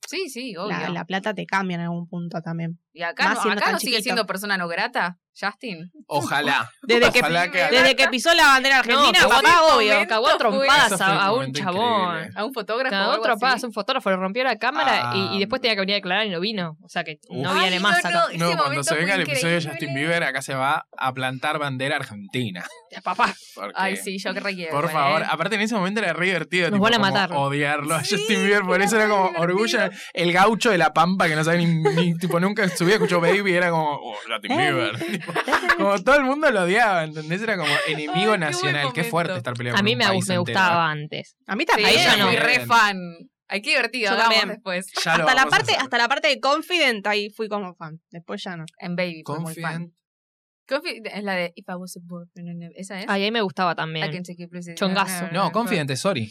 Sí, sí, obvio.
La, la plata te cambia en algún punto también.
y acá,
más
no,
siendo
acá
tan
no sigue
chiquito.
siendo persona no grata, Justin.
Ojalá.
Desde que,
Ojalá que-
desde que pisó la bandera argentina,
cagó-
papá, obvio.
momento
Cagó a
Eso
fue-
trompadas
fue
a, a un
momento
chabón.
increíble.
A un fotógrafo. o
Cagó a
algo
trompadas
así.
a un fotógrafo, le rompió la cámara y,
Ah.
y después tenía que venir a aclarar y no vino. O sea que no
Uf.
viene
Ay,
más
no,
acá.
no. Ese
No, cuando
momento
se venga
fue
el episodio de Justin
increíble.
Bieber, acá se va a plantar bandera argentina.
Papá.
Porque,
Ay, sí, yo que requiero. eh.
Por favor, aparte en ese momento era re divertido.
Nos
tipo,
van a
como
matar.
Odiarlo a
Sí,
Justin Bieber, por
era
eso era
re
como
divertido.
orgullo. El gaucho de la pampa que no sabe ni, ni- tipo, nunca subía, escuchó Baby, era como, oh, Justin Bieber. Tipo, como todo el mundo lo odiaba, ¿entendés? Era como
Ay, qué
enemigo
buen
nacional. Qué,
momento.
fuerte estar peleando
A mí
con
me,
un
gu-
país
me
entero.
gustaba antes.
A mí
Sí,
también.
Ahí ya
yo
no.
fui re
Bien.
fan. Ay, qué divertido,
Yo
hablamos
también.
después.
Ya lo
Hasta la,
vamos a
parte,
hacer.
hasta la parte de Confident, ahí fui como fan. Después ya no.
En Baby, fue muy fan.
Confident.
Confi- es la de If I Was a Boyfriend. and- ¿Esa es?
Ay, ahí me gustaba
I can
también.
take your place.
Chongazo.
No, Confident es sorry.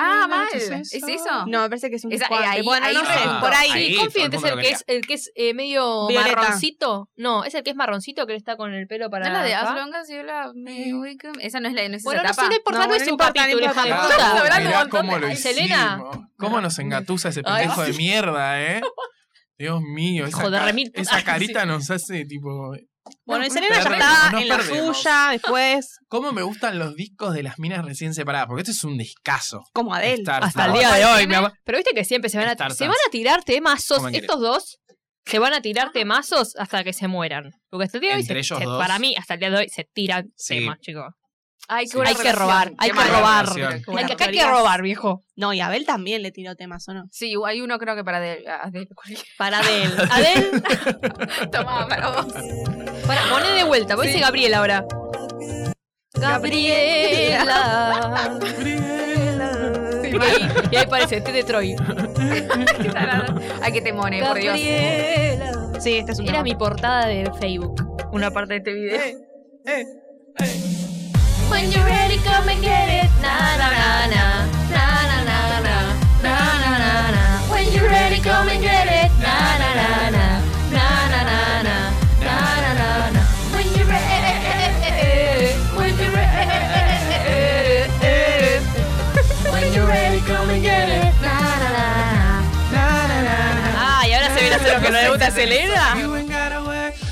Ah, mal. ¿Es eso?
No, me parece que es un
Esa-
descuadrante.
ahí-
Ah,
Bueno,
ahí
no
me
sé.
gustó.
Por ahí.
Ahí,
Sí,
todo el
Confident es
mundo
el
lo
que es, el que es eh, medio
Violeta.
marroncito. No, es el que es marroncito que está con el pelo para.
¿No es la de As
acá.
Long As You Love Me, we can- Esa no es la no es esa
Bueno, no sé,
etapa.
no importa,
No,
no,
bueno,
es
no
un
importa, no
capítulo, hija
importa.
de
Claro,
puta.
Estamos hablando
mirá
un montón
cómo
de-
lo
Ay,
Selena.
hicimos. Cómo nos engatusa ese
Ay,
pendejo de mierda, ¿eh? Dios mío, esa,
Hijo de
ca-
remil-
esa
Ah,
carita nos hace tipo...
Bueno,
No,
y Selena ya
perdemos,
está
no
en la
perdemos.
suya, después,
¿Cómo me gustan los discos de las minas recién separadas? Porque esto es un discazo.
como Adele.
Star
Hasta el
Wars.
día de
¿Cuál
hoy,
tiene?
mi amor. Pero viste que siempre se van a,
Star
se
Trek.
van a tirar temazos.
Coman
Estos dos se van a tirar temazos hasta que se mueran. Porque hasta el día de hoy,
Entre
se-
ellos
se-
dos.
para mí, hasta el día de hoy se tiran
Sí.
temas, chicos.
Ay, qué
Sí.
buena
Hay que
relación.
robar, hay
Qué
que
mala
robar.
relación.
Buena
Hay que, acá hay que
teoría.
robar, viejo.
No, y Abel también le tiró temas, ¿o no?
Sí, hay uno creo que para de, a- de cualquier
Para Adel. Adel,
toma para vos.
para, poné de vuelta. Voy a decir Gabriel ahora.
Gabriela.
Y ahí, y ahí parece, este de Troy.
Qué tarado. Ay, que te mone, por Dios.
Gabriela.
Sí, este es un
Era
tema. Eh,
mi portada de Facebook. Una parte de este video.
When you're ready, come and get it. Na na na na na na na na na na na na. When you're ready, come and get it. Na na na na na na na na na na na na. When you're eh, ready, eh. when you're eh, ready, eh, when you're ready, come and get it. Na na na na na na na.
Ah, y ahora se viene a hacer lo que no le gusta a Selena.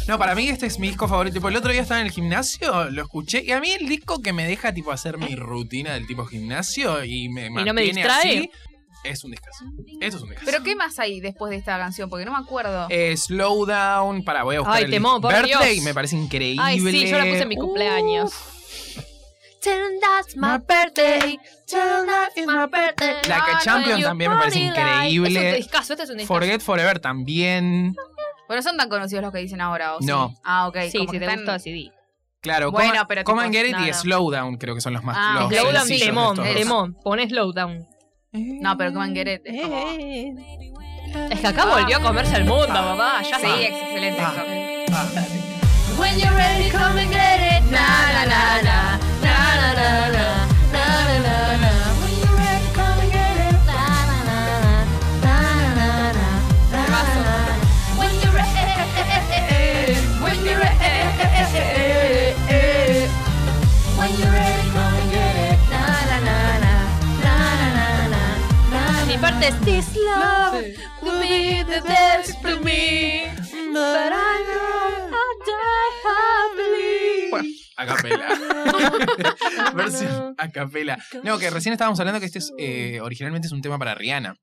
No, para mí este es mi disco favorito. Tipo, el otro día estaba en el gimnasio, lo escuché. Y a mí el disco que me deja tipo hacer mi rutina del tipo gimnasio y me
me
mantiene
distrae.
así, es un discazo. Eso es un discazo.
Pero ¿qué más hay después de esta canción? Porque no me acuerdo.
Eh, slow down, para voy a buscar
Ay,
el
temón, por
Birthday,
Dios.
me parece increíble.
Ay, sí, yo la puse en mi cumpleaños.
Turn that's my birthday. Turn that's my birthday.
Like a Uh, Champion también me parece
Es un
increíble.
discazo, este es un discazo.
Forget Forever también.
Bueno, son tan conocidos los que dicen ahora, ¿o sí?
No.
Ah, ok.
Sí,
como
si
que
te
están-
gustó así, di.
Claro,
Bueno,
Come-
pero
Come
tipo,
and Get It
no,
y
no.
Slow down creo que son los más
Ah,
los
Slow
Slowdown,
Down,
sencillos de
temón,
estos dos.
temón. Pone slowdown.
No, pero Come and Get It es como-
Eh, eh, eh.
Es que acá volvió a comerse el mundo, papá. Ya
Sí,
está.
es excelente.
Ah.
eso.
When you're ready, come and get it. Na na na na na na na na na na na na. When you're ready, come and get it. Na na na na na na na na na na. When you're ready, when you're ready, when you're ready, come and get it. Na na na na na na na na na.
Mi parte es
This love will be the death to me, but I know I'll die happily.
A capela. Versión a capela. No, que recién estábamos hablando que este es, eh, originalmente es un tema para Rihanna.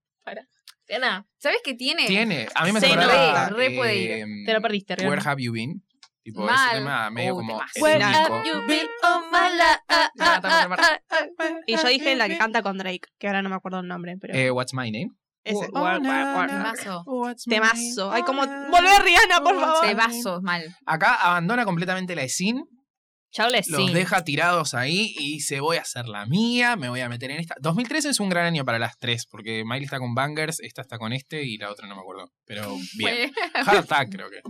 Ana,
¿Sabes qué tiene?
Tiene. A mí me
Sí,
acordaba,
no, re- re puede ir.
em,
te lo perdiste, Rihanna.
Where have you been? Tipo,
Mal.
ese tema medio
Uh,
como.
temazo.
el
Where
único.
You be on my ah, life.
Ya, estamos en parte.
Y yo dije la que canta con Drake, que ahora no me acuerdo el nombre, pero
Eh, what's my name?
ese.
Wa- wa- wa- wa-
Temazo.
Ah.
Temazo. Ay, como volver Rihanna, por favor.
Te vasos mal.
Acá abandona completamente la escena,
Chao, les
los
sí.
deja tirados ahí y dice voy a hacer la mía, me voy a meter en esta. 2013 es un gran año para las tres, porque Miley está con Bangers, esta está con este y la otra no me acuerdo. Pero bien. Hard Attack creo que.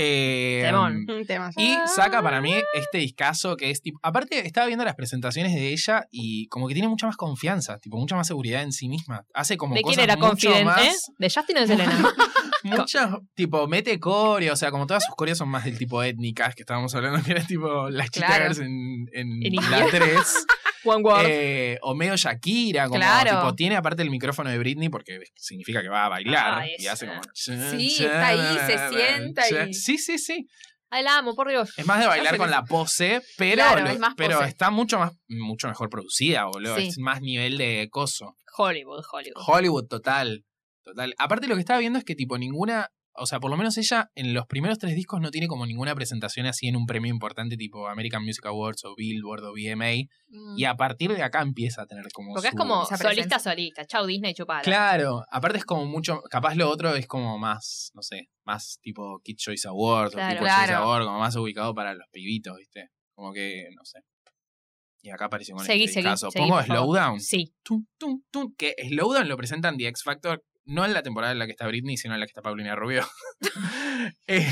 Eh,
Temón.
Un temazo.
Y saca para
Ah.
mí este discazo que es tipo. Aparte, estaba viendo las presentaciones de ella y como que tiene mucha más confianza, tipo, mucha más seguridad en sí misma. Hace como
¿De
cosas
quién era
mucho
confidente?
más-
¿De Justin o de Selena?
muchas, tipo, mete core, o sea, como todas sus coreas son más del tipo étnicas que estábamos hablando, que era tipo las chicas
Claro.
en, en,
En
la 3.
One Word.
eh, o medio Shakira, como
Claro.
tipo, tiene aparte el micrófono de Britney porque significa que va a bailar.
Ah,
y
eso.
hace como.
Sí, está ahí, se sienta y-
Sí, sí, sí.
Ay, la amo, por Dios.
Es más de bailar con la pose, pero,
Claro,
lo-
es más
pero
pose.
está mucho más mucho mejor producida, boludo.
Sí.
Es más nivel de coso.
Hollywood, Hollywood.
Hollywood total. Total. Aparte lo que estaba viendo es que tipo ninguna. O sea, por lo menos ella en los primeros tres discos no tiene como ninguna presentación así en un premio importante tipo American Music Awards o Billboard o VMA.
Mm.
Y a partir de acá empieza a tener como.
Porque es
su-
como
Esa
solista,
presencia.
solista. Chau, Disney, chupada.
Claro, aparte es como mucho, capaz lo otro es como más, no sé, más tipo Kid Choice Award
Claro.
o tipo Choice
Claro.
Award, como más ubicado para los pibitos, ¿viste? Como que, no sé. Y acá apareció con
Seguí,
este
seguí,
discazo.
seguí,
Pongo
por favor.
Slowdown.
Sí.
Tum, tum, tum, que Slowdown lo presentan The X Factor, no en la temporada en la que está Britney, sino en la que está Paulina Rubio. Eh,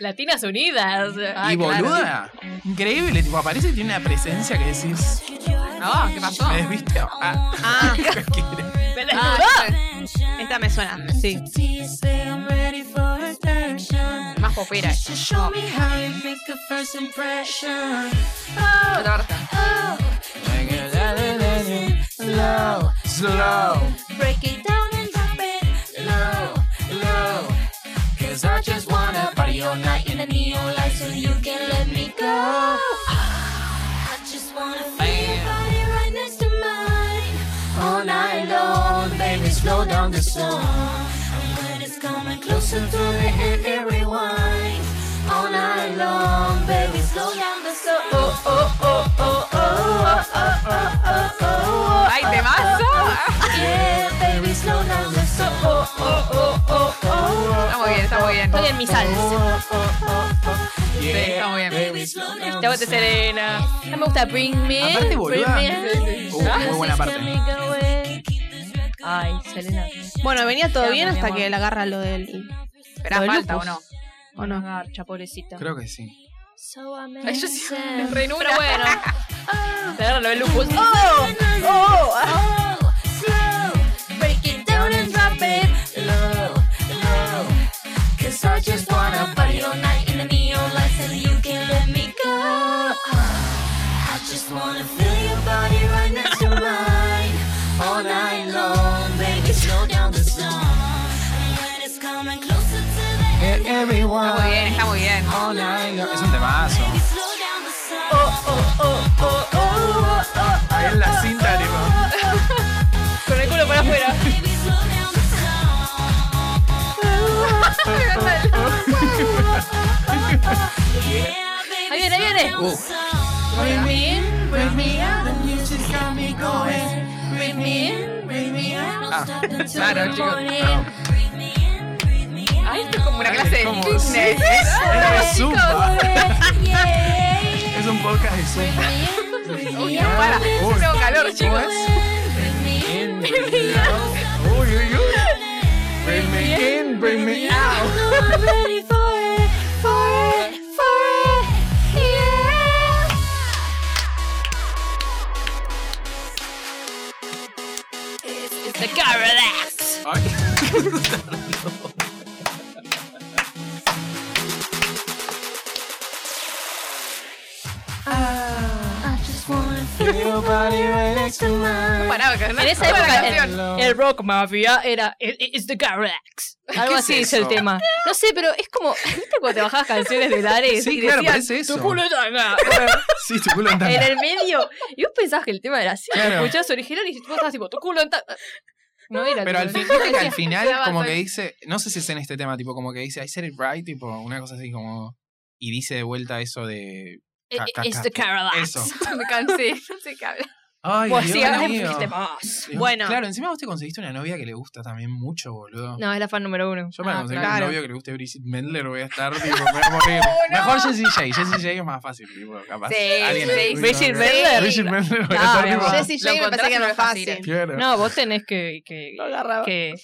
Latinas Unidas.
Ah,
y
claro.
boluda, increíble, tipo, aparece y tiene una presencia que decís,
No, ¿qué pasó?
¿me desviste? Ah,
Ah,
Me la-
Ah,
esta me suena. Sí.
Más popera. No,
Oh,
me tarta.
Slow, slow,
Break it down and drop it low, low. Cause I just wanna party all night in the neon lights so you can let me go. I just wanna feel your body right next to mine. All night long, baby, slow down the song. And when it's coming closer to the end, it rewinds. All night long, baby, slow down the song. Oh, oh, oh, oh, oh, oh, oh, oh, oh, oh.
¡Ay, temazo! Ah,
Yeah, baby, slow down the soul. Oh, oh, oh, oh, oh.
Está muy bien, está muy bien.
Estoy en mi salsa.
Oh, oh, oh, oh.
Sí, está muy bien.
Baby, slow down
Te
the
voy
soul.
serena. No me gusta Bring Me.
Aparte,
in,
boluda.
Bring Me. in.
Uh, muy buena parte.
Ay, Selena.
Bueno, venía todo
Te
bien
amo, mi
hasta
amor.
que la agarra lo del.
Esperá,
Lo de
falta o
lupus.
no.
¿O no?
Oh, Garcha, pobrecita.
creo que sí.
So amazing.
Ay, yo sí.
Pero bueno. Te agarra lo del lupus.
Oh, slow. Break it down and drop it low, low. Cause I just wanna party all night in the neon lights and you can let me go. I just wanna feel your body right next to mine. All night long, baby, slow down the song. And when it's coming closer to the
Eh,
end,
Está muy bien, está muy bien.
all night long.
Es un temazo.
Baby, slow down the song. Oh, oh, oh, oh, oh, oh, oh.
Ahí en la cinta, tipo.
Con el culo para afuera.
Baby, slow down the song. Yeah, baby,
Ahí viene, ahí
slow
viene.
down the
Uh.
song.
Bring Me. in.
Don't
Ah,
stop until
claro,
the
chicos.
morning.
No.
Breathe me in, breathe me in.
Ay, esto es como una ¿eh?
Ay,
clase de
¿cómo?
fitness.
Es un zumba.
Yeah.
Es un podcast de zumba.
Breathe me
Uy,
in,
no, para. Yo
Uy.
tengo calor,
¿Cómo
chicos.
es?
breathe me in.
In, bring me out. Uy, uy, uy. Bring me in, bring me out.
No, I'm ready for it, for it, for it. Yeah.
The Carolax.
Ay.
I just wanna feel your body right next to mine.
Pará, que no
En esa
toda la
época
canción.
el, el rock mafia era "It- It's the Carolax. Algo
es
así es,
eso?
el tema. No sé, pero es como. ¿Viste cuando te bajabas canciones de Lares?
Sí,
y
claro,
decían,
parece eso.
Tu culo es tanga".
Sí, tu culo en
en
tanga.
el medio. Y vos pensabas que el tema era así.
Claro.
Escuchabas original y vos estabas tipo, tu culo en ta-". No era.
Pero al
tipo,
fin, viste que al
decía,
final,
Estaba
como que
soy-
dice, no sé si es en este tema, tipo, como que dice, I said it right, tipo, una cosa así como. Y dice de vuelta eso de.
"Eh, eh, It's the
ca-
Carolax.
Eso.
Me cansé, no sé qué hablar.
Ay,
Vos sí,
Dios
ahora
mío.
fuiste más.
Bueno.
Em, Claro, encima vos te conseguiste una novia que le gusta también mucho, boludo.
No, es la fan número uno.
Yo para
Ah,
conseguir
claro.
un novio que le guste Brigitte Mendler voy a estar, tipo, voy a morir. Mejor Jessie J. Jessie J es más fácil, tipo, capaz.
Sí,
Alguien-
sí,
Uy,
Brigitte
no,
Mendler.
Brigitte Mendler voy a
No,
estar,
mi
tipo,
amor.
Jesse J me parece que no es fácil.
claro.
No, vos tenés que. que
Lo agarraba.
que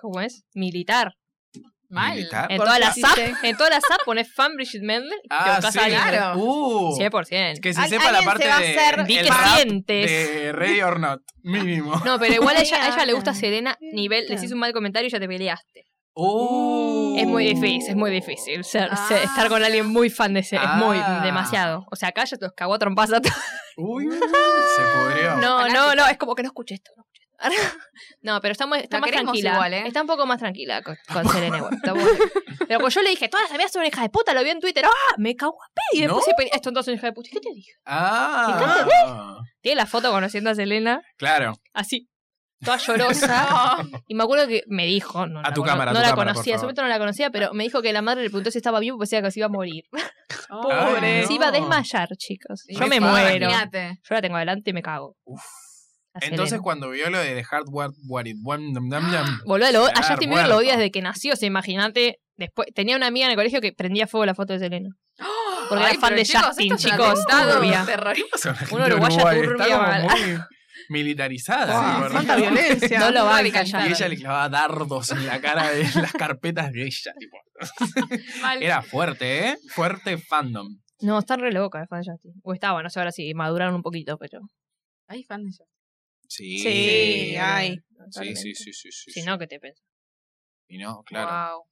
¿Cómo es? Militar.
Mal.
Militar.
En
Por
todas las
Jesse
apps, en todas las apps pones fan Brigitte Mendler y te
Ah,
buscas
sí.
a alguien.
Claro.
Uh,
100%.
que se
Al-
sepa la
alguien
parte
se va a
de,
hacer-
Di
el
que
rap
sientes.
de Ready or Not, mínimo.
No, pero igual a ella, a ella le
Mira.
gusta Serena nivel, le hice un mal comentario y ya te peleaste.
Oh.
Uh. Es muy difícil, es muy difícil ser-
Ah.
ser- estar con alguien muy fan de ese. Es muy
Ah.
demasiado. O sea, acá ya te los cagó a trompas a todos.
Uy, uy, uy, se pudrió.
No, no, no, es como que no escuché esto. No, escuché esto. no pero está, muy- está
La
más
queremos
tranquila.
igual, ¿eh?
Está un poco más tranquila con, con Selena igual. Está muy- Pero cuando yo le dije, todas las amigas son una hija de puta, lo vi en Twitter, ¡ah! Me cago a pedo. Y después
¿No?
se pe- esto entonces es una hija de puta. ¿Y ¿Qué te dije?
Ah.
Tiene la foto conociendo a Selena,
Claro.
así, toda llorosa. y me acuerdo que me dijo, no,
A
la
tu
cono-
cámara, a
no
tu
la
cámara, por
conocía, en ese
favor.
momento no la conocía, pero me dijo que la madre le preguntó si estaba bien porque decía que se iba a morir.
Pobre.
Se iba a desmayar, chicos.
Sí,
Yo
Re
me muero. Yo
Imagínate.
la tengo adelante y me cago.
Uf.
A
Entonces
Selena.
cuando vio lo de The Hard What, What It Went, dum, dum, dum.
Boludo, lo- a
Claro,
Justin Bieber lo
muerto.
odia desde que nació, se imagínate. Después, tenía una amiga en el colegio que prendía fuego la foto de Selena. Porque
Ay,
era fan
pero
de
chicos,
Justin,
esto es un
chicos.
atentado
turbia.
¿Qué
terrorista.
pasa con la gente
Una
de
uruguaya
Uruguay?
turbia,
Está
mal.
como muy militarizada.
Guau,
¿sí?
cuánta violencia.
No lo
Muy
va a
radicalizada.
Y ella le clavaba dardos en la cara de las carpetas de ella. tipo.
Mal.
Era fuerte, ¿eh? Fuerte fandom.
No, están re loca fan de Justin. O estaba, no sé, ahora sí, maduraron un poquito, pero.
Ay, fan de Justin.
Sí.
Sí, ay.
Sí,
totalmente.
sí, sí, sí, sí,
Si
sí.
no, ¿qué te pensás?
Y no, claro.
Wow.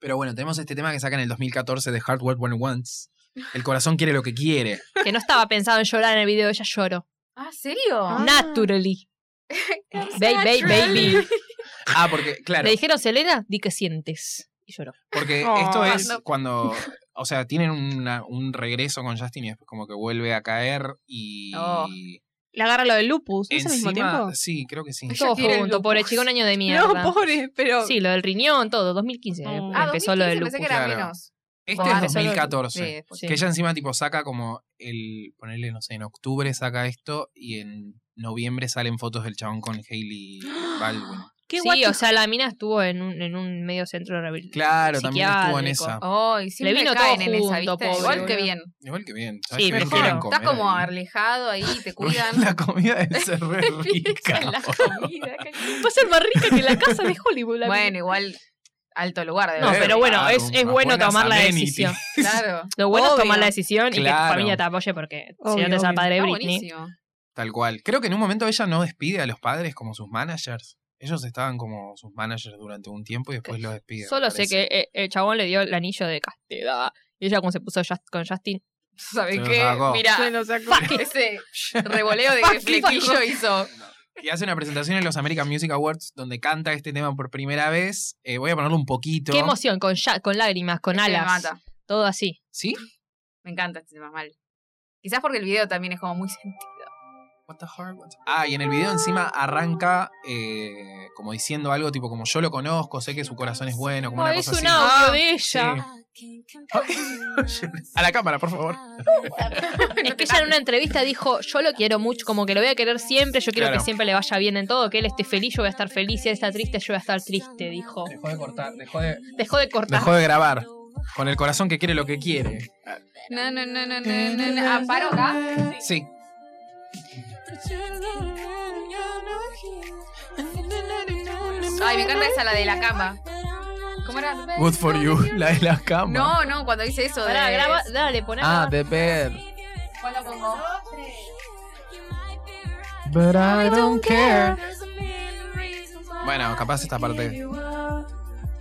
Pero bueno, tenemos este tema que saca en el 2014 de Hardware One Wants. El corazón quiere lo que quiere.
Que no estaba pensado en llorar en el video, ella lloró.
Ah, ¿serio?
Ah.
Naturally. baby, baby.
Ah, porque, claro,
Le dijeron, Selena, di que sientes. Y lloró.
porque
Oh,
esto es
no.
cuando, o sea, tienen una- un regreso con Justin y después como que vuelve a caer y...
Oh.
Le agarra lo del lupus, ¿no es al mismo tiempo?
Encima, sí, creo que sí.
Ella
Todo
tiene el
junto, pobre
lupus.
chico, un año de mierda.
No, pobre, pero.
Sí, lo del riñón, todo, 2015
Mm.
Ah,
empezó lo
2015
del
pensé que
lupus.
era
Claro.
menos.
Este
Ah,
es
empezó lo-
2014.
Sí,
Sí.
Que ella encima tipo saca como el, ponerle, no sé, en octubre saca esto y en noviembre salen fotos del chabón con Hailey Baldwin.
Qué
sí,
guacho.
o sea, la mina estuvo en un, en un medio centro de rehabilitación.
Claro, también estuvo en
Psiquiátrico.
esa.
Ay, siempre
vino
caen
todo
en esa,
junto,
¿viste?
pobre,
Igual que
boludo.
bien.
Igual que bien.
Sí,
¿Sabes?
mejor.
Quieren comer
Estás como
ahí.
alejado ahí, te
La
cuidan.
comida debe ser re rica.
la
boludo.
comida,
Va a ser más rica que la casa de Hollywood. la mina.
Bueno, igual alto lugar de
No,
Eh,
pero bueno,
claro,
es- es
unas
bueno
buenas
tomar la
amenities.
decisión.
Claro.
Lo bueno es
Obvio.
tomar la decisión y que
Claro.
tu familia te apoye porque si
Obvio,
no te es el
obvio.
padre de
Está
Britney.
buenísimo.
Tal cual. Creo que en un momento ella no despide a los padres como sus managers. Ellos estaban como sus managers durante un tiempo y después los despide.
Solo
me
sé
parece.
que eh, el chabón le dio el anillo de castidad. Y ella cuando se puso just- con Justin,
¿Sabes
Se lo
qué?
sacó.
Mira,
Se lo sacó.
ese revoleo de flequillo hizo.
Y hace una presentación en los American Music Awards donde canta este tema por primera vez. Eh, voy a ponerlo un poquito.
qué emoción, con, ya- con lágrimas, con
Este me
alas,
mata.
todo así.
¿Sí?
Me encanta este tema mal. Quizás porque el video también es como muy sentido.
What the heart, what the- Ah, y en el video encima arranca eh, como diciendo algo tipo como yo lo conozco, sé que su corazón es bueno, como
Oh,
una
es
cosa
un
así.
audio
Ah,
de ella.
A la cámara, por favor.
Es que ella en una entrevista dijo, yo lo quiero mucho, como que lo voy a querer siempre, yo quiero
Claro.
que siempre le vaya bien en todo, que él esté feliz, yo voy a estar feliz, si él está triste, yo voy a estar triste, dijo.
Dejó de cortar, dejó de,
Dejó de cortar.
dejó de grabar. Con el corazón que quiere lo que quiere.
No, no, no, no, no, no, no. Ah, paro acá.
Sí.
Ay, me encanta esa, la de la cama. ¿Cómo era?
Good for you, la de la cama.
No, no, cuando dice eso de...
Pará, graba, dale, poné.
Ah, de bed.
¿Cuándo pongo?
But I don't care. Bueno, capaz esta parte.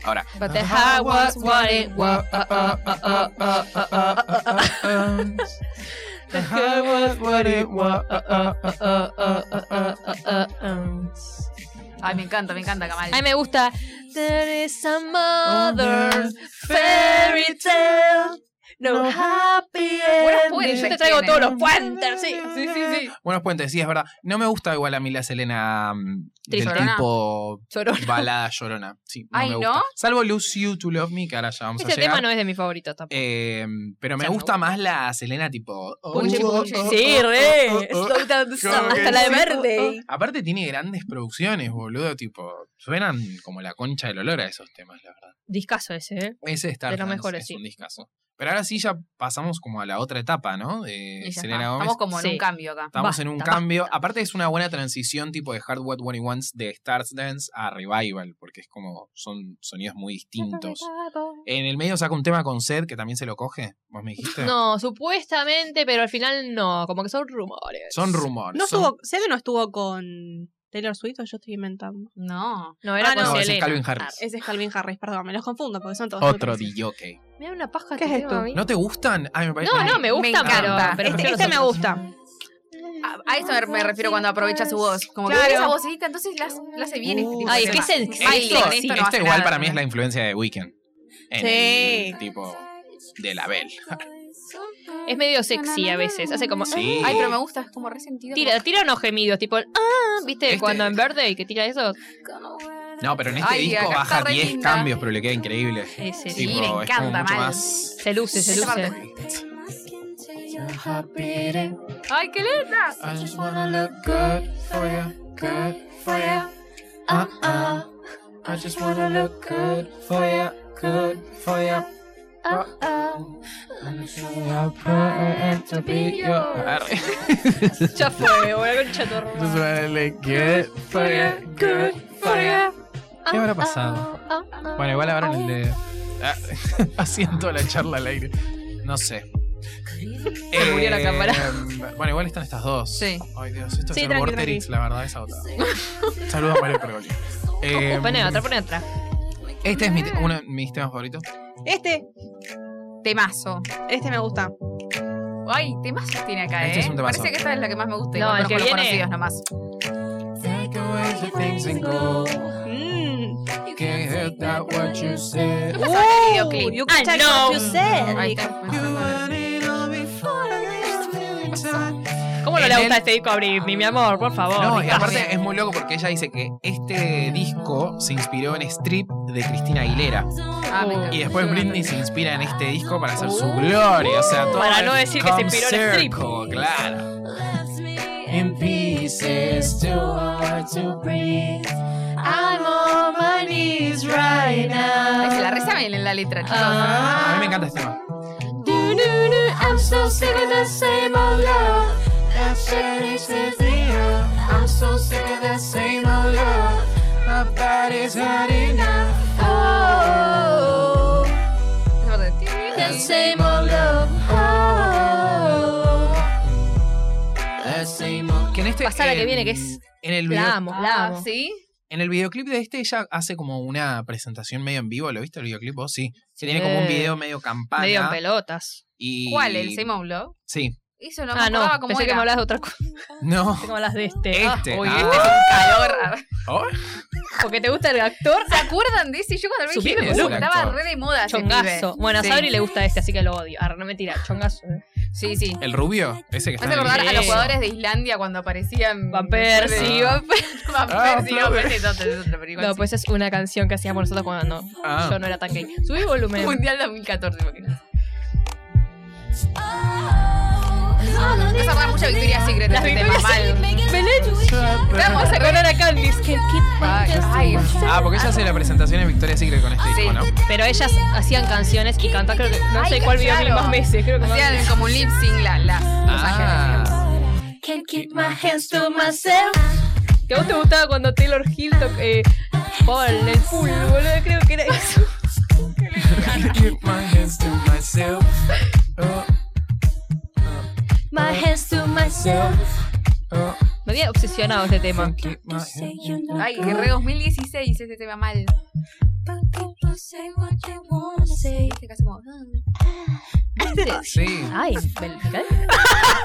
Ahora.
But the heart was what it was.
uh, The heart was uh, what it was.
Ay, me encanta, me encanta, Kamal.
Ay, me gusta. There is a mother
Fairy
fairy
tale, no eh, happy
Buenos
ending.
puentes
Yo pues, te traigo todos los
puentes,
puentes,
sí.
sí.
Sí, sí, sí.
Buenos puentes, pues sí, es verdad. No me gusta igual a mí la Selena mm, del
Llorona.
tipo
Llorona.
balada llorona. Sí, no
Ay,
me gusta.
¿no?
Salvo Lose You to Love Me, que ahora ya vamos a
Este
llegar.
tema no es de mis favoritos tampoco.
Eh, pero me
Ya no.
gusta más la Selena tipo. oh,
Puchi,
oh,
puchi.
oh,
Sí,
oh,
re.
oh, oh, oh.
Slow down the
Como
song.
que
Hasta la de
sí.
verde.
Aparte tiene grandes producciones, boludo. Tipo, suenan como la concha del olor a esos temas, la verdad.
Discaso ese, ¿eh?
Ese Star
De los
Dance
mejores,
es
sí.
un discazo. Pero ahora sí ya pasamos como a la otra etapa, ¿no? De
Y ya
Selena
está.
Gómez.
Estamos como en
Sí.
un cambio acá.
Estamos en un
Basta,
cambio. Aparte es una buena transición tipo de Hard What One It Wants de Stars Dance a Revival, porque es como son sonidos muy distintos. En el medio saca un tema con Sed que también se lo coge, vos me dijiste.
No, supuestamente, pero al final no. Como que son rumores.
Son rumores.
No
son-
estuvo, sé que no estuvo con ¿Taylor Swift o yo estoy inventando?
No.
No, era
Ah,
con
no.
No, ese es
Selena.
Calvin Harris.
Ese es Calvin Harris, perdón, me los confundo porque son todos. muy
Otro
parecidos.
DJ.
Me da una paja
¿Qué
este
es esto?
tema a mí.
¿No te gustan? Ay, me parece.
No, no,
no.
me gusta,
me
pero,
encanta.
pero
Este,
prefiero
este
los
me
otros.
gusta.
Ah,
A, a eso me- me refiero cuando aprovecha su voz. Como que
Claro.
tiene esa vocecita, entonces la, la hace bien este tipo de
Ay, es que
temas.
es el
Baile,
Esto,
con esto no
esto
hace
igual
nada,
para mí
¿no?
es la influencia de Weekend.
Sí.
Tipo de la Bell.
Es medio sexy a veces. Hace como.
Sí.
Ay, pero me gusta, es como resentido.
Tira, tira unos gemidos, tipo, ah, ¿viste?
Este-
Cuando en verde y que tira esos.
No, pero en este
Ay,
disco
acá
baja
está re
10
linda.
cambios, pero le queda increíble.
Sí,
Sí,
sí, sí.
Tipo,
me
es como
encanta,
mucho
mal.
más-
Se luce, se
Este-
Esa
luce.
parte. Ay, qué lindo.
I just wanna look good for you, good for you. Uh uh. I just wanna look good for you, good for you. Uh uh. I'm so proud to be yours.
Ya fue, voy a concha tu
Just wanna look good for you, good for you. ¿Qué habrá pasado? Bueno, igual ahora el de. Ah, haciendo la charla al aire. No sé.
Se murió la cámara.
em, Bueno, igual están estas dos.
Sí.
Ay, Dios, esto
Sí,
es el
tranqui,
Vorterix, la verdad, es agotado. Saludos a Mario Pergolini. Em,
Poné otra, poné otra.
Este es mi te- uno de mis temas favoritos.
Este,
Temazo.
este me gusta.
Ay, temazos tiene acá,
Este
¿eh?
es un temazo.
Parece que esta es la que más me gusta.
No,
igual
el que
conozco los
viene-
conocidos nomás.
Take away the things and go.
Mm.
You can't help that what you said.
¿Qué pasa con el
Uh,
videoclip?
you can
I
check
know.
what you said.
Ahí está.
You want it all before this feeling time.
¿Cómo no
En
le
el-
gusta este disco a Britney, mi amor? Por favor.
No, y
Ricardo.
aparte es muy loco porque ella dice que este disco se inspiró en Strip de Cristina Aguilera.
Ah, me encanta.
Y después Britney se inspira en este disco para hacer su gloria. O sea, todo
Para
es
no decir que se
come
inspiró en Strip.
circle, Claro.
Left me in pieces, too hard to breathe. I'm on my knees right
Ay, se la
now.
resaben en la letra, chicos.
A mí
Ah.
me encanta este tema.
Do, do, do. I'm so sick of the same old love. That shit is with me. I'm so sick of the same old love. My body's hurting now. Oh.
Esa parte.
That same old love. Oh. That same old.
Que en este,
Pasá la que
en-
viene, que es-
En el,
La
video-
amo, la
Ah,
amo.
¿sí?
en el videoclip de este, ella hace como una presentación medio en vivo. ¿Lo viste el videoclip vos? Sí. Que tiene como un
Sí.
video medio campana.
Medio en pelotas.
y...
¿Cuál? ¿El Same Old Love?
Sí.
Eso no me
Ah, no,
acordaba cómo
pensé que
era.
me hablabas de otra cosa.
No.
Pensé que me hablabas de este. Ah,
Este,
uy,
ah.
este es un
Calor. A ver,
Oh,
ca- Porque te gusta el actor.
¿Se acuerdan de ese? Yo cuando lo vi
Subime
el
dije, "Uh,
volumen,
estaba
actor.
re de moda ese
Chongazo.
pibe".
Bueno, a
Sí.
Sabri le gusta este, así que lo odio. Arre, no mentira, chongazo.
Sí, sí.
el rubio, ese que
Me
está en
hace
el
acordar a los
Sí.
video.
jugadores de Islandia cuando aparecían.
Van Persie.
Sí, Van Per- Van
Ah,
Persie, Van
Flavio.
Persie, no, te- te- te- pero igual
No,
sí.
pues es una canción que hacíamos nosotros cuando no-
Ah.
yo no era tan gay. Subí volumen.
Mundial 2014, imagínate.
Oh, Me
Vas a poner mucha Victoria Secret en
Las
este tema,
Victoria's
mal. Vamos a ganar a Candice. Ay, ay.
Ah, porque ella hace la presentación en Victoria Secret con este
Sí.
disco, ¿no?
Pero ellas hacían canciones y cantaban, creo que, no
Ay,
sé cuál video
claro.
mil más veces, creo que más
Hacían como un lip sync la, las Los Ángeles.
Ah,
Can't keep my hands to myself.
Que a vos te gustaba cuando Taylor Hill toc- eh, jugaba en el pool, boludo, creo que era eso.
Keep my hands to myself. Oh,
My hands to myself.
oh,
Me había obsesionado este tema.
keep my
Say
hands-
you're not
Ay, que
good,
re 2016 ese este tema mal.
but people say what they wanna say.
Ese casi como, ah.
Sí.
Ay, Belgrano.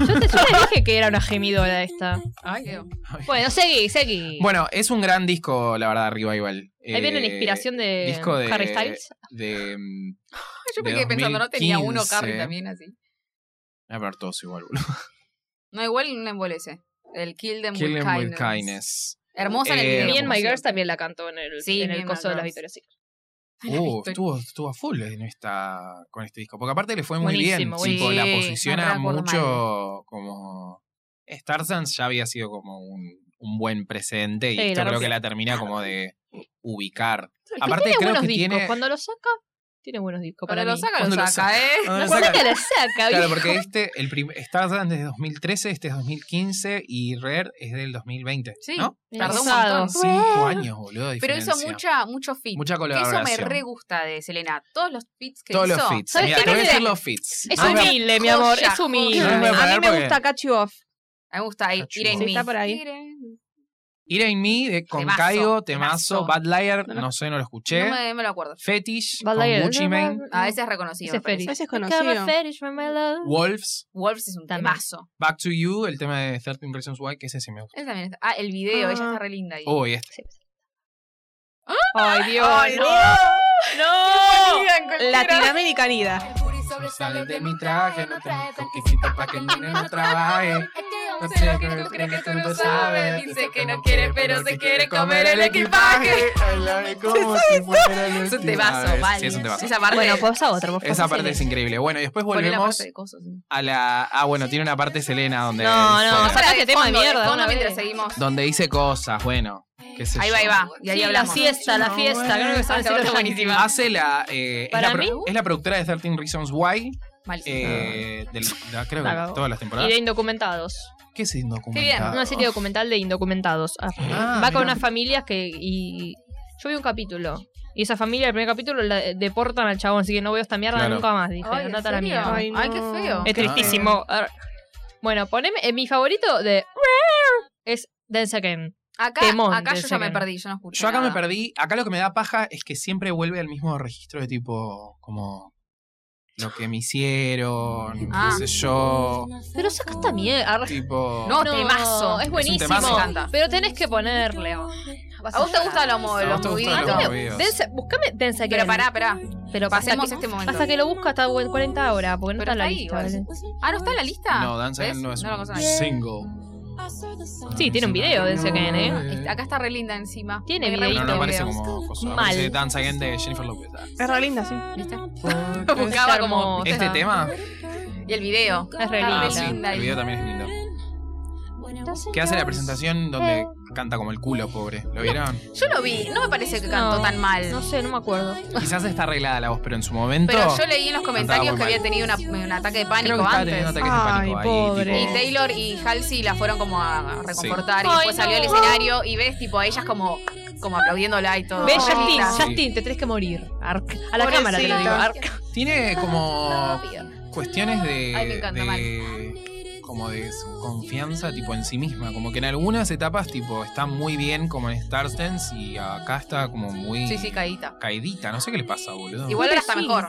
Yo te yo te dije que era una gemidora esta.
Ay.
quedó.
Bueno, seguí, seguí.
Bueno, es un gran disco, la verdad, Revival.
Ahí viene la inspiración de,
disco de-
Harry Styles.
de. mm,
Yo me
de
quedé pensando, no tenía uno
2015.
Carrie también así.
A ver, todos igual, boludo.
No, igual un embolece. El Kill Them,
Kill
with,
'em
kindness.
with kindness.
Hermosa en el
Eh, Me
video.
Me
como
and My
siempre.
Girls también la cantó en el,
Sí,
en
Me
el
and
coso
My
de
Girls.
las Victoria's Secret.
Uh,
Victoria.
estuvo, estuvo a full en esta, con este disco. Porque aparte le fue muy
Buenísimo,
bien. Tipo, la
sí, no
posiciona
recuerdo
mucho como. Starsons ya había sido como un, un buen precedente. Y
Sí,
esto
la
creo
rompí.
que la termina como de ubicar.
Pero
Aparte,
tiene
creo
buenos
que
discos.
tiene-
Cuando lo saca, tiene buenos discos para
Cuando lo
mí.
saca,
Cuando
lo
lo
saca, ¿eh?
Ah,
¿Cuándo
saca-
te lo saca?
Claro,
viejo?
porque este, el prim- Stardust es de 2013, este es 2015 y Rare es del 2020.
Sí.
¿No?
Tardó un
Pesado.
montón.
Cinco años, boludo. de
Pero hizo
diferencia.
mucha, mucho fit.
Mucha
que eso
colaboración.
me re gusta de Selena. Todos los fits que
Todos
hizo.
los fits.
¿Sabes
Mira,
qué
te voy a
tiene?
decir los fits.
Es
No me-
humilde, mi amor,
joya,
es
joya.
humilde.
No me voy a
A mí
parar
me
porque-
gusta Catch You Off.
A mí me gusta ahí.
Cachudo.
Irene
Sí,
Me.
está por ahí.
Irene.
Ira y Me de con
Temazo,
Caigo, Temazo,
temazo.
Bad Liar, no sé, no lo escuché.
No me, me lo acuerdo.
Fetish
Bad
con
Liar.
Gucci Mane.
Ah, ese es reconocido.
Mm. Ese
me
es
parece.
Feliz.
Ese es
Come
conocido.
a fetish for my love.
Wolves,
Wolves es un
También.
temazo.
Back to You, el tema de 13 Impressions Why, que ese sí me gusta.
Él también está. Ah, el video,
Ah.
ella está re linda ahí.
Oh, y este.
Ay, Dios.
¡Ay,
no.
¡No!
Oh,
Latinoamericanida.
Sale de mi traje, Ah, no tengo toquecito pa' que el nene no trabaje. No sé lo que tú crees que tú no sabes. Dice que no quiere, pero se quiere comer el equipaje.
Es
Es
un temazo, vale.
Sí, es un temazo.
Esa parte,
Bueno, pasa otra, por favor.
Esa parte es increíble. Bueno, y después
poné la
volvemos
parte de cosas. ¿no?
a la. Ah, bueno, tiene una parte Selena donde.
No, no,
donde-
saca este tema de
fondo,
mierda,
fondo
una
mientras
vez.
seguimos.
Donde dice cosas, bueno. qué sé
Ahí
yo.
va, ahí va. Y ahí
Sí, la
hablamos.
fiesta, la fiesta. Creo que
Ah, esa
saben si lo
parte es buenísima.
Hace la. eh, es,
Para
la pro-
mí-
es la productora de 13 Reasons Why.
Malísimo.
Ah, eh, del- de- creo
La
que
cagó.
todas las temporadas.
Y de indocumentados.
¿Qué es
Ah.
indocumentado?
Una serie documental de indocumentados. Ah.
Ah,
Va
mira.
con unas familias que. Y, yo vi un capítulo. Y esa familia, el primer capítulo, la deportan al chabón. Así que no veo esta mierda
Claro.
nunca más. Dije,
Ay, ¿en
andate a la
serio?
mierda.
Ay,
Ay,
qué
no.
feo.
Es tristísimo. Ar- Bueno, poneme. eh, mi favorito de. Es Dance Again.
Acá,
Temón
acá
de
yo ya me
Selena.
perdí, yo no escuché.
Yo acá me
nada.
perdí. Acá lo que me da paja es que siempre vuelve al mismo registro de tipo, como. Lo que me hicieron,
Ah.
qué sé yo.
Pero saca esta mierda. Ar-
Tipo.
No, temazo.
Es
Es un
buenísimo.
Oh. temazo.
Me encanta.
Pero tenés que ponerle. oh. Vas
¿A vos te
llorar.
gustan los,
¿A
los
vos te gustan los
moviditos?
Dame-
movidos?
Dance- Buscame Dance Again.
Pero pará, pará.
Pero pasa
Pasemos
que-
este momento.
Hasta que lo busco hasta 40 horas, porque no
Pero
está en
está
la
ahí,
lista.
igual.
¿vale?
Ah, ¿no está en la lista?
No, Dance
¿Ves?
Again no es
lo
un
conocen.
single.
Sí, tiene un video de Dance Again, ¿eh?
Está- Acá está re linda encima.
Tiene
Me re
Pero
gusta
videíto.
no
el
aparece
video.
como. cosa,
Mal.
Aparece Dance Again de Jennifer López. ah.
Es re linda, sí.
¿Viste?
Está
Buscaba como.
hermoso.
¿Este tema?
Y el video.
Es re
Está
Ah,
re
sí,
linda
el
ahí.
video también es lindo. Que hace la presentación
Eh.
donde canta como el culo, pobre. ¿Lo vieron?
Yo lo vi, no me parece que cantó
No.
tan
No
mal.
sé, no me acuerdo.
Quizás está arreglada la voz, pero en su momento.
Pero yo leí en los comentarios
muy
que
mal.
había tenido una- un ataque de
Creo que
pánico
estaba teniendo
antes.
ataques de
Ay,
pánico ahí.
pobre.
tipo-
Y Taylor y Halsey la fueron como a reconfortar y
Sí.
después
Ay,
salió al
no.
escenario y ves tipo a ellas como, como aplaudiéndola y todo.
Ve,
Re
Justin,
linda.
Justin, te tenés que morir. Arc. A la
Pobrecita.
cámara te lo digo. Arc.
Tiene como cuestiones de,
Ay, me encanta,
de-
mal.
como de confianza tipo en sí misma, como que en algunas etapas tipo está muy bien como en Star Dance y acá está como muy
Sí, sí, caíta.
caidita, no sé qué le pasa, boludo.
Igual ahora está mejor.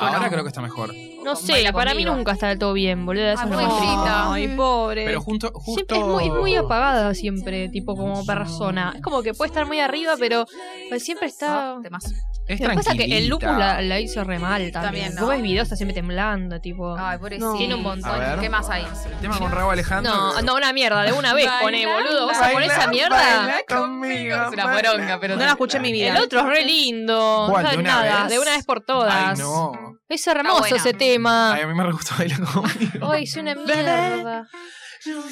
Ahora creo que está mejor,
No sé,
Baila
para mí
conmigo.
nunca está del todo bien, boludo. Eso
Ah,
es lo
muy
más
triste.
triste.
Ay, pobre.
pero junto justo
Siempre es muy, es muy apagada siempre, tipo como persona. Es como que puede estar muy arriba, pero pues, siempre está.
Ah, temazo.
es
Lo que pasa es que el lupus la,
tranquilita.
la hizo re mal también.
También,
Vos
¿no?
ves videos, está siempre temblando, tipo.
Ay, pobrecito.
No.
Tiene un montón.
A ver.
¿Qué más hay?
El tema con Raúl Alejandro.
No, no, una mierda, de una vez pone,
Baila,
boludo. ¿Vas a
Baila,
poner esa mierda?
baila conmigo,
Es una
baila.
poronga, pero
No la escuché en mi vida.
El otro es re lindo.
¿Cuál,
no
de
sabes
una
nada,
vez?
de una vez por todas.
Ay, no.
Es
Está
hermoso
buena.
ese tema.
Ay, a mí me re gustó bailar conmigo.
Ay, es una mierda.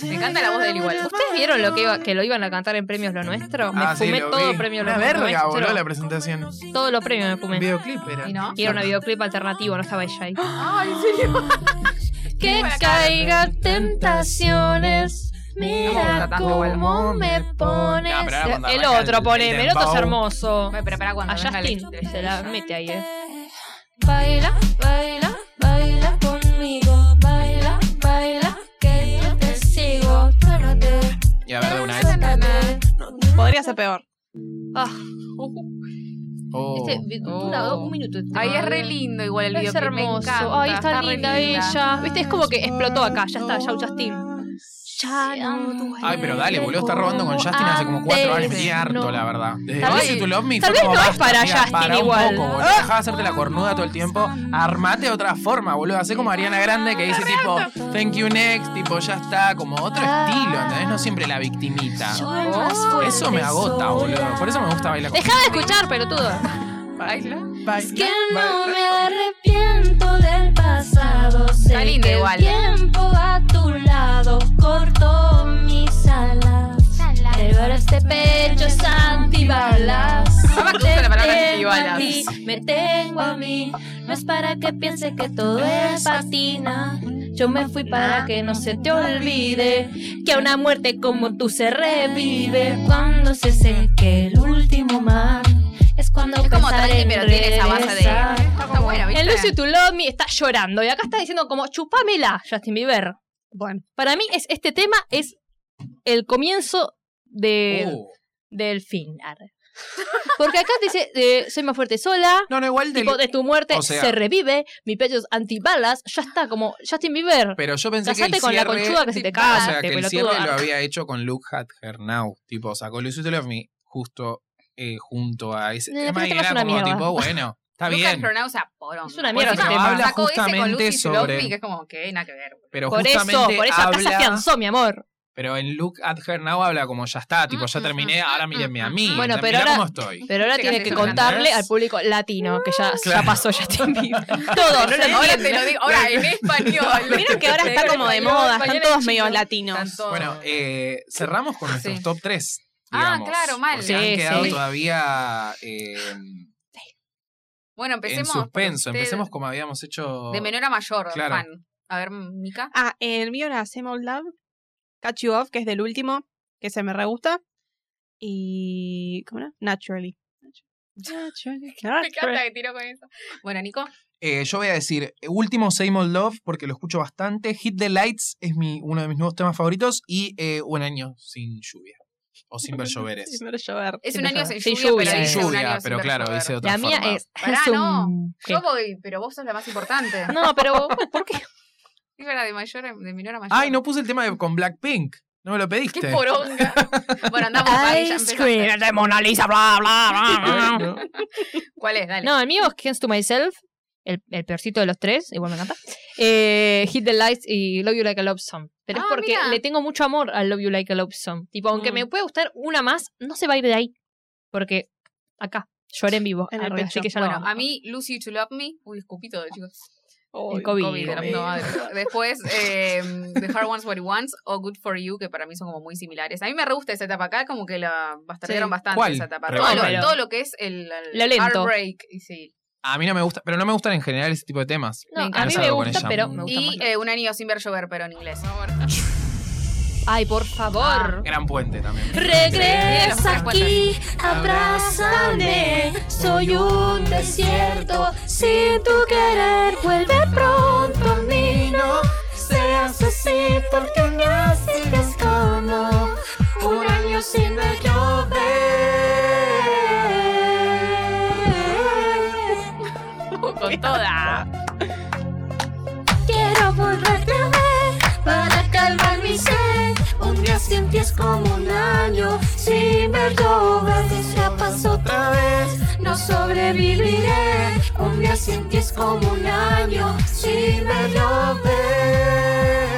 Me encanta la voz del igual.
¿Ustedes vieron lo que, iba- que lo iban a cantar en Premios Lo Nuestro? Me
Ah, sí,
fumé
lo
todo
vi.
Premios Lo
Una
Nuestro.
verga, boludo, la presentación.
Todos los premios me fumé.
Videoclip era.
¿Y no?
Y era un videoclip alternativo, no estaba ella ahí.
Ay, ¿en serio?
Que
Buena cara.
caiga tentaciones. Mira
tanto igual.
cómo me pones.
No, pero ahora cuando
el
arranca
otro,
el-
poneme.
el
El otro es
dembow.
hermoso.
Ay, pero para cuando
A
venga
Justin
el-
se la mete ahí, eh.
Baila, baila, baila conmigo. Baila, baila, que yo te sigo. Trátame,
Y a ver, de una vez.
trátame.
Podría ser peor.
Ah,
Oh.
este vi- dura
Oh.
dos- un minuto. este
Ay,
tema.
es re lindo igual el
Es
videoclip. me
hermoso.
encanta,
Ay, está,
re
linda, ella. Viste, es como que explotó acá. Ya está, ya Justin. Ya no duele.
Ay, pero dale, boludo, está robando con Justin hace como cuatro años. Me tiene harto,
No.
la verdad. Desde
Tal
Boys
vez-
to Love Me
tal
fue
vez
como
no es
basta,
para
mira,
Justin
pará un
igual. Ah.
poco, boludo. Dejá de hacerte la cornuda todo el tiempo. Armate de otra forma, boludo. Hacé como Ariana Grande que dice tipo, thank you next, tipo, ya está. Como otro
Ah.
estilo, ¿entendés? No siempre la victimita. Eso me agota, boludo. Por eso me gusta bailar con
Dejá de escuchar, pelotudo.
Baila.
Es que no me arrepiento del pasado. Sé
Está linda
que el
igual. ¿eh?
tiempo a tu lado cortó mis alas. Pero ahora este pecho es antibalas.
Mamá, que usa la palabra
Te tengo
antibalas.
a ti, Me tengo a mí. No es para que pienses que todo es patina. Yo me fui para que no se te olvide que a una muerte como tú se revive cuando se seque el último mar. Es cuando
Es como
pensaré
tranqui,
en
pero tiene esa base de.
regresar.
Está buena, ¿viste?
En Lucy to Love Me está llorando. Y acá está diciendo como, chupámela, Justin Bieber.
Bueno.
Para mí, es, este tema es el comienzo de,
Oh.
del fin. arre. Porque acá dice, eh, soy más fuerte sola,
No, no, igual del.
tipo de tu muerte
o sea-
se revive, mi pecho es antibalas, ya está, como Justin Bieber.
Pero yo pensé que el
Casate con la
cierre-
conchuda que se te
Sí, Ah,
Ah,
O sea,
cagaste,
que el
pelotudo.
cierre lo había hecho con Look at Her Now. Tipo, sacó Lucy to Love Me justo eh, junto a ese
No,
tema
este
y
tema es
era
una
como
mierda.
tipo, bueno, está
Lucas
bien.
Pronoun, o sea, porón.
Es una
Por
mierda
eso
ese
sacó-
tema.
sacó ese
Habla
con Lucy
justamente
Love Me,
sobre-
que es como que nada que ver. güey.
Pero
Por eso,
justamente
por eso acá se
habla-
afianzó, mi amor.
Pero en Look at Her Now habla como ya está, tipo, ya
Mm,
terminé,
mm,
ahora
mm,
mírenme a
mm,
mí.
mm.
Bueno,
o sea,
pero
mirá
ahora-
cómo estoy.
Pero ahora
Sí,
tiene
casi
que
eso,
contarle
¿entendés?
al público latino, que ya, ya
Claro.
pasó Justin Bieber. Todo, no lo
Ahora te
entienden.
lo digo, ahora en español.
Vieron que ahora está como de moda, están todos medio latinos.
Tanto-
Bueno, eh, cerramos con nuestros
Sí.
top 3.
Ah, claro, mal.
Se
Sí,
han quedado
sí.
todavía eh,
bueno,
en
empecemos. por
suspenso.
usted,
Empecemos como habíamos hecho.
De menor a mayor,
Claro.
fan. A ver, Mika.
Ah, el mío era Same Old Love, Catch You Off, que es del último, que se me re gusta. Y. ¿Cómo era? Naturally. Naturally.
Me encanta que tiró con eso. Bueno, Nico.
Eh, yo voy a decir, último Same Old Love, porque lo escucho bastante. Hit the Lights es mi, uno de mis nuevos temas favoritos. Y eh, un año sin lluvia. O sin ver lloveres.
Sí, me lo llover.
Es
Sin
un año sin
sin
lluvia,
lluvia,
pero
sin
dice un año
lluvia,
sin
pero
ver
claro,
llover.
Sí.
dice de otra
La mía
forma.
es.
Pará,
es un-
no.
¿Qué?
Yo voy, pero vos sos la más importante.
No, pero ¿por qué?
Yo era de mayor, a- de menor a mayor.
Ay, no puse el tema de- con Blackpink. No me lo
Qué
pediste.
poronga. bueno, andamos para ella. empezaste.
de Mona Lisa, bla, bla, bla, bla.
¿Cuál es? Dale.
No, el mío es Hands to Myself, el, el peorcito de los tres, igual me encanta. Eh, Hit the Lights y Love You Like a Love Song. Pero
Ah,
es porque
mira.
le tengo mucho amor al Love You Like a Love Song. Tipo, aunque
Mm.
me pueda gustar una más, no se va a ir de ahí. Porque acá, lloré en vivo.
En el
arre, así
pecho.
que ya lo
bueno,
amo.
a mí, Lucy to Love Me. Uy, escupito, chicos.
Ay,
el COVID.
COVID, de la
COVID.
puta madre. Después, eh, The Hard Ones What He Wants o Good For You, que para mí son como muy similares. A mí me re gusta esa etapa acá, como que la bastardearon
Sí.
bastante
¿Cuál?
esa etapa.
Re
Todo lo,
bueno.
todo lo que es el, el
Lo lento.
heartbreak. Y, sí.
A mí no me gusta, pero no me gustan en general ese tipo de temas.
No,
me
a mí
encanta.
me
Algo con
gusta,
ella.
pero me gusta
y
más.
eh, Un anillo sin ver llover, pero en inglés.
Ay, por favor.
Gran puente también.
Regresa
Bueno.
aquí, abrázame. Soy un desierto sin tu querer. Vuelve pronto a mí, no seas así porque me haces como un año sin ver llover.
Con toda.
Quiero volverte a ver para calmar mi sed. Un día sin ti es como un año sin ver llover. Si se pasó otra vez, no sobreviviré. Un día sin ti es como un año sin ver llover.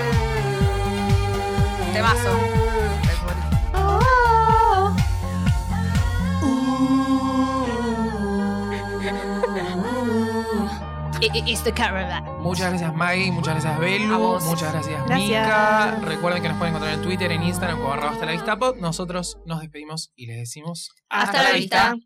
Temazo.
Oh, oh, oh. Uh.
I- I- It's the Caroline.
Muchas gracias Maggie, muchas gracias
A
Belu,
vos.
muchas gracias,
Gracias.
Mika. Recuerden que nos pueden encontrar en Twitter, en Instagram como arroba hasta la vista pod. Nosotros nos despedimos y les decimos
Hasta la vista.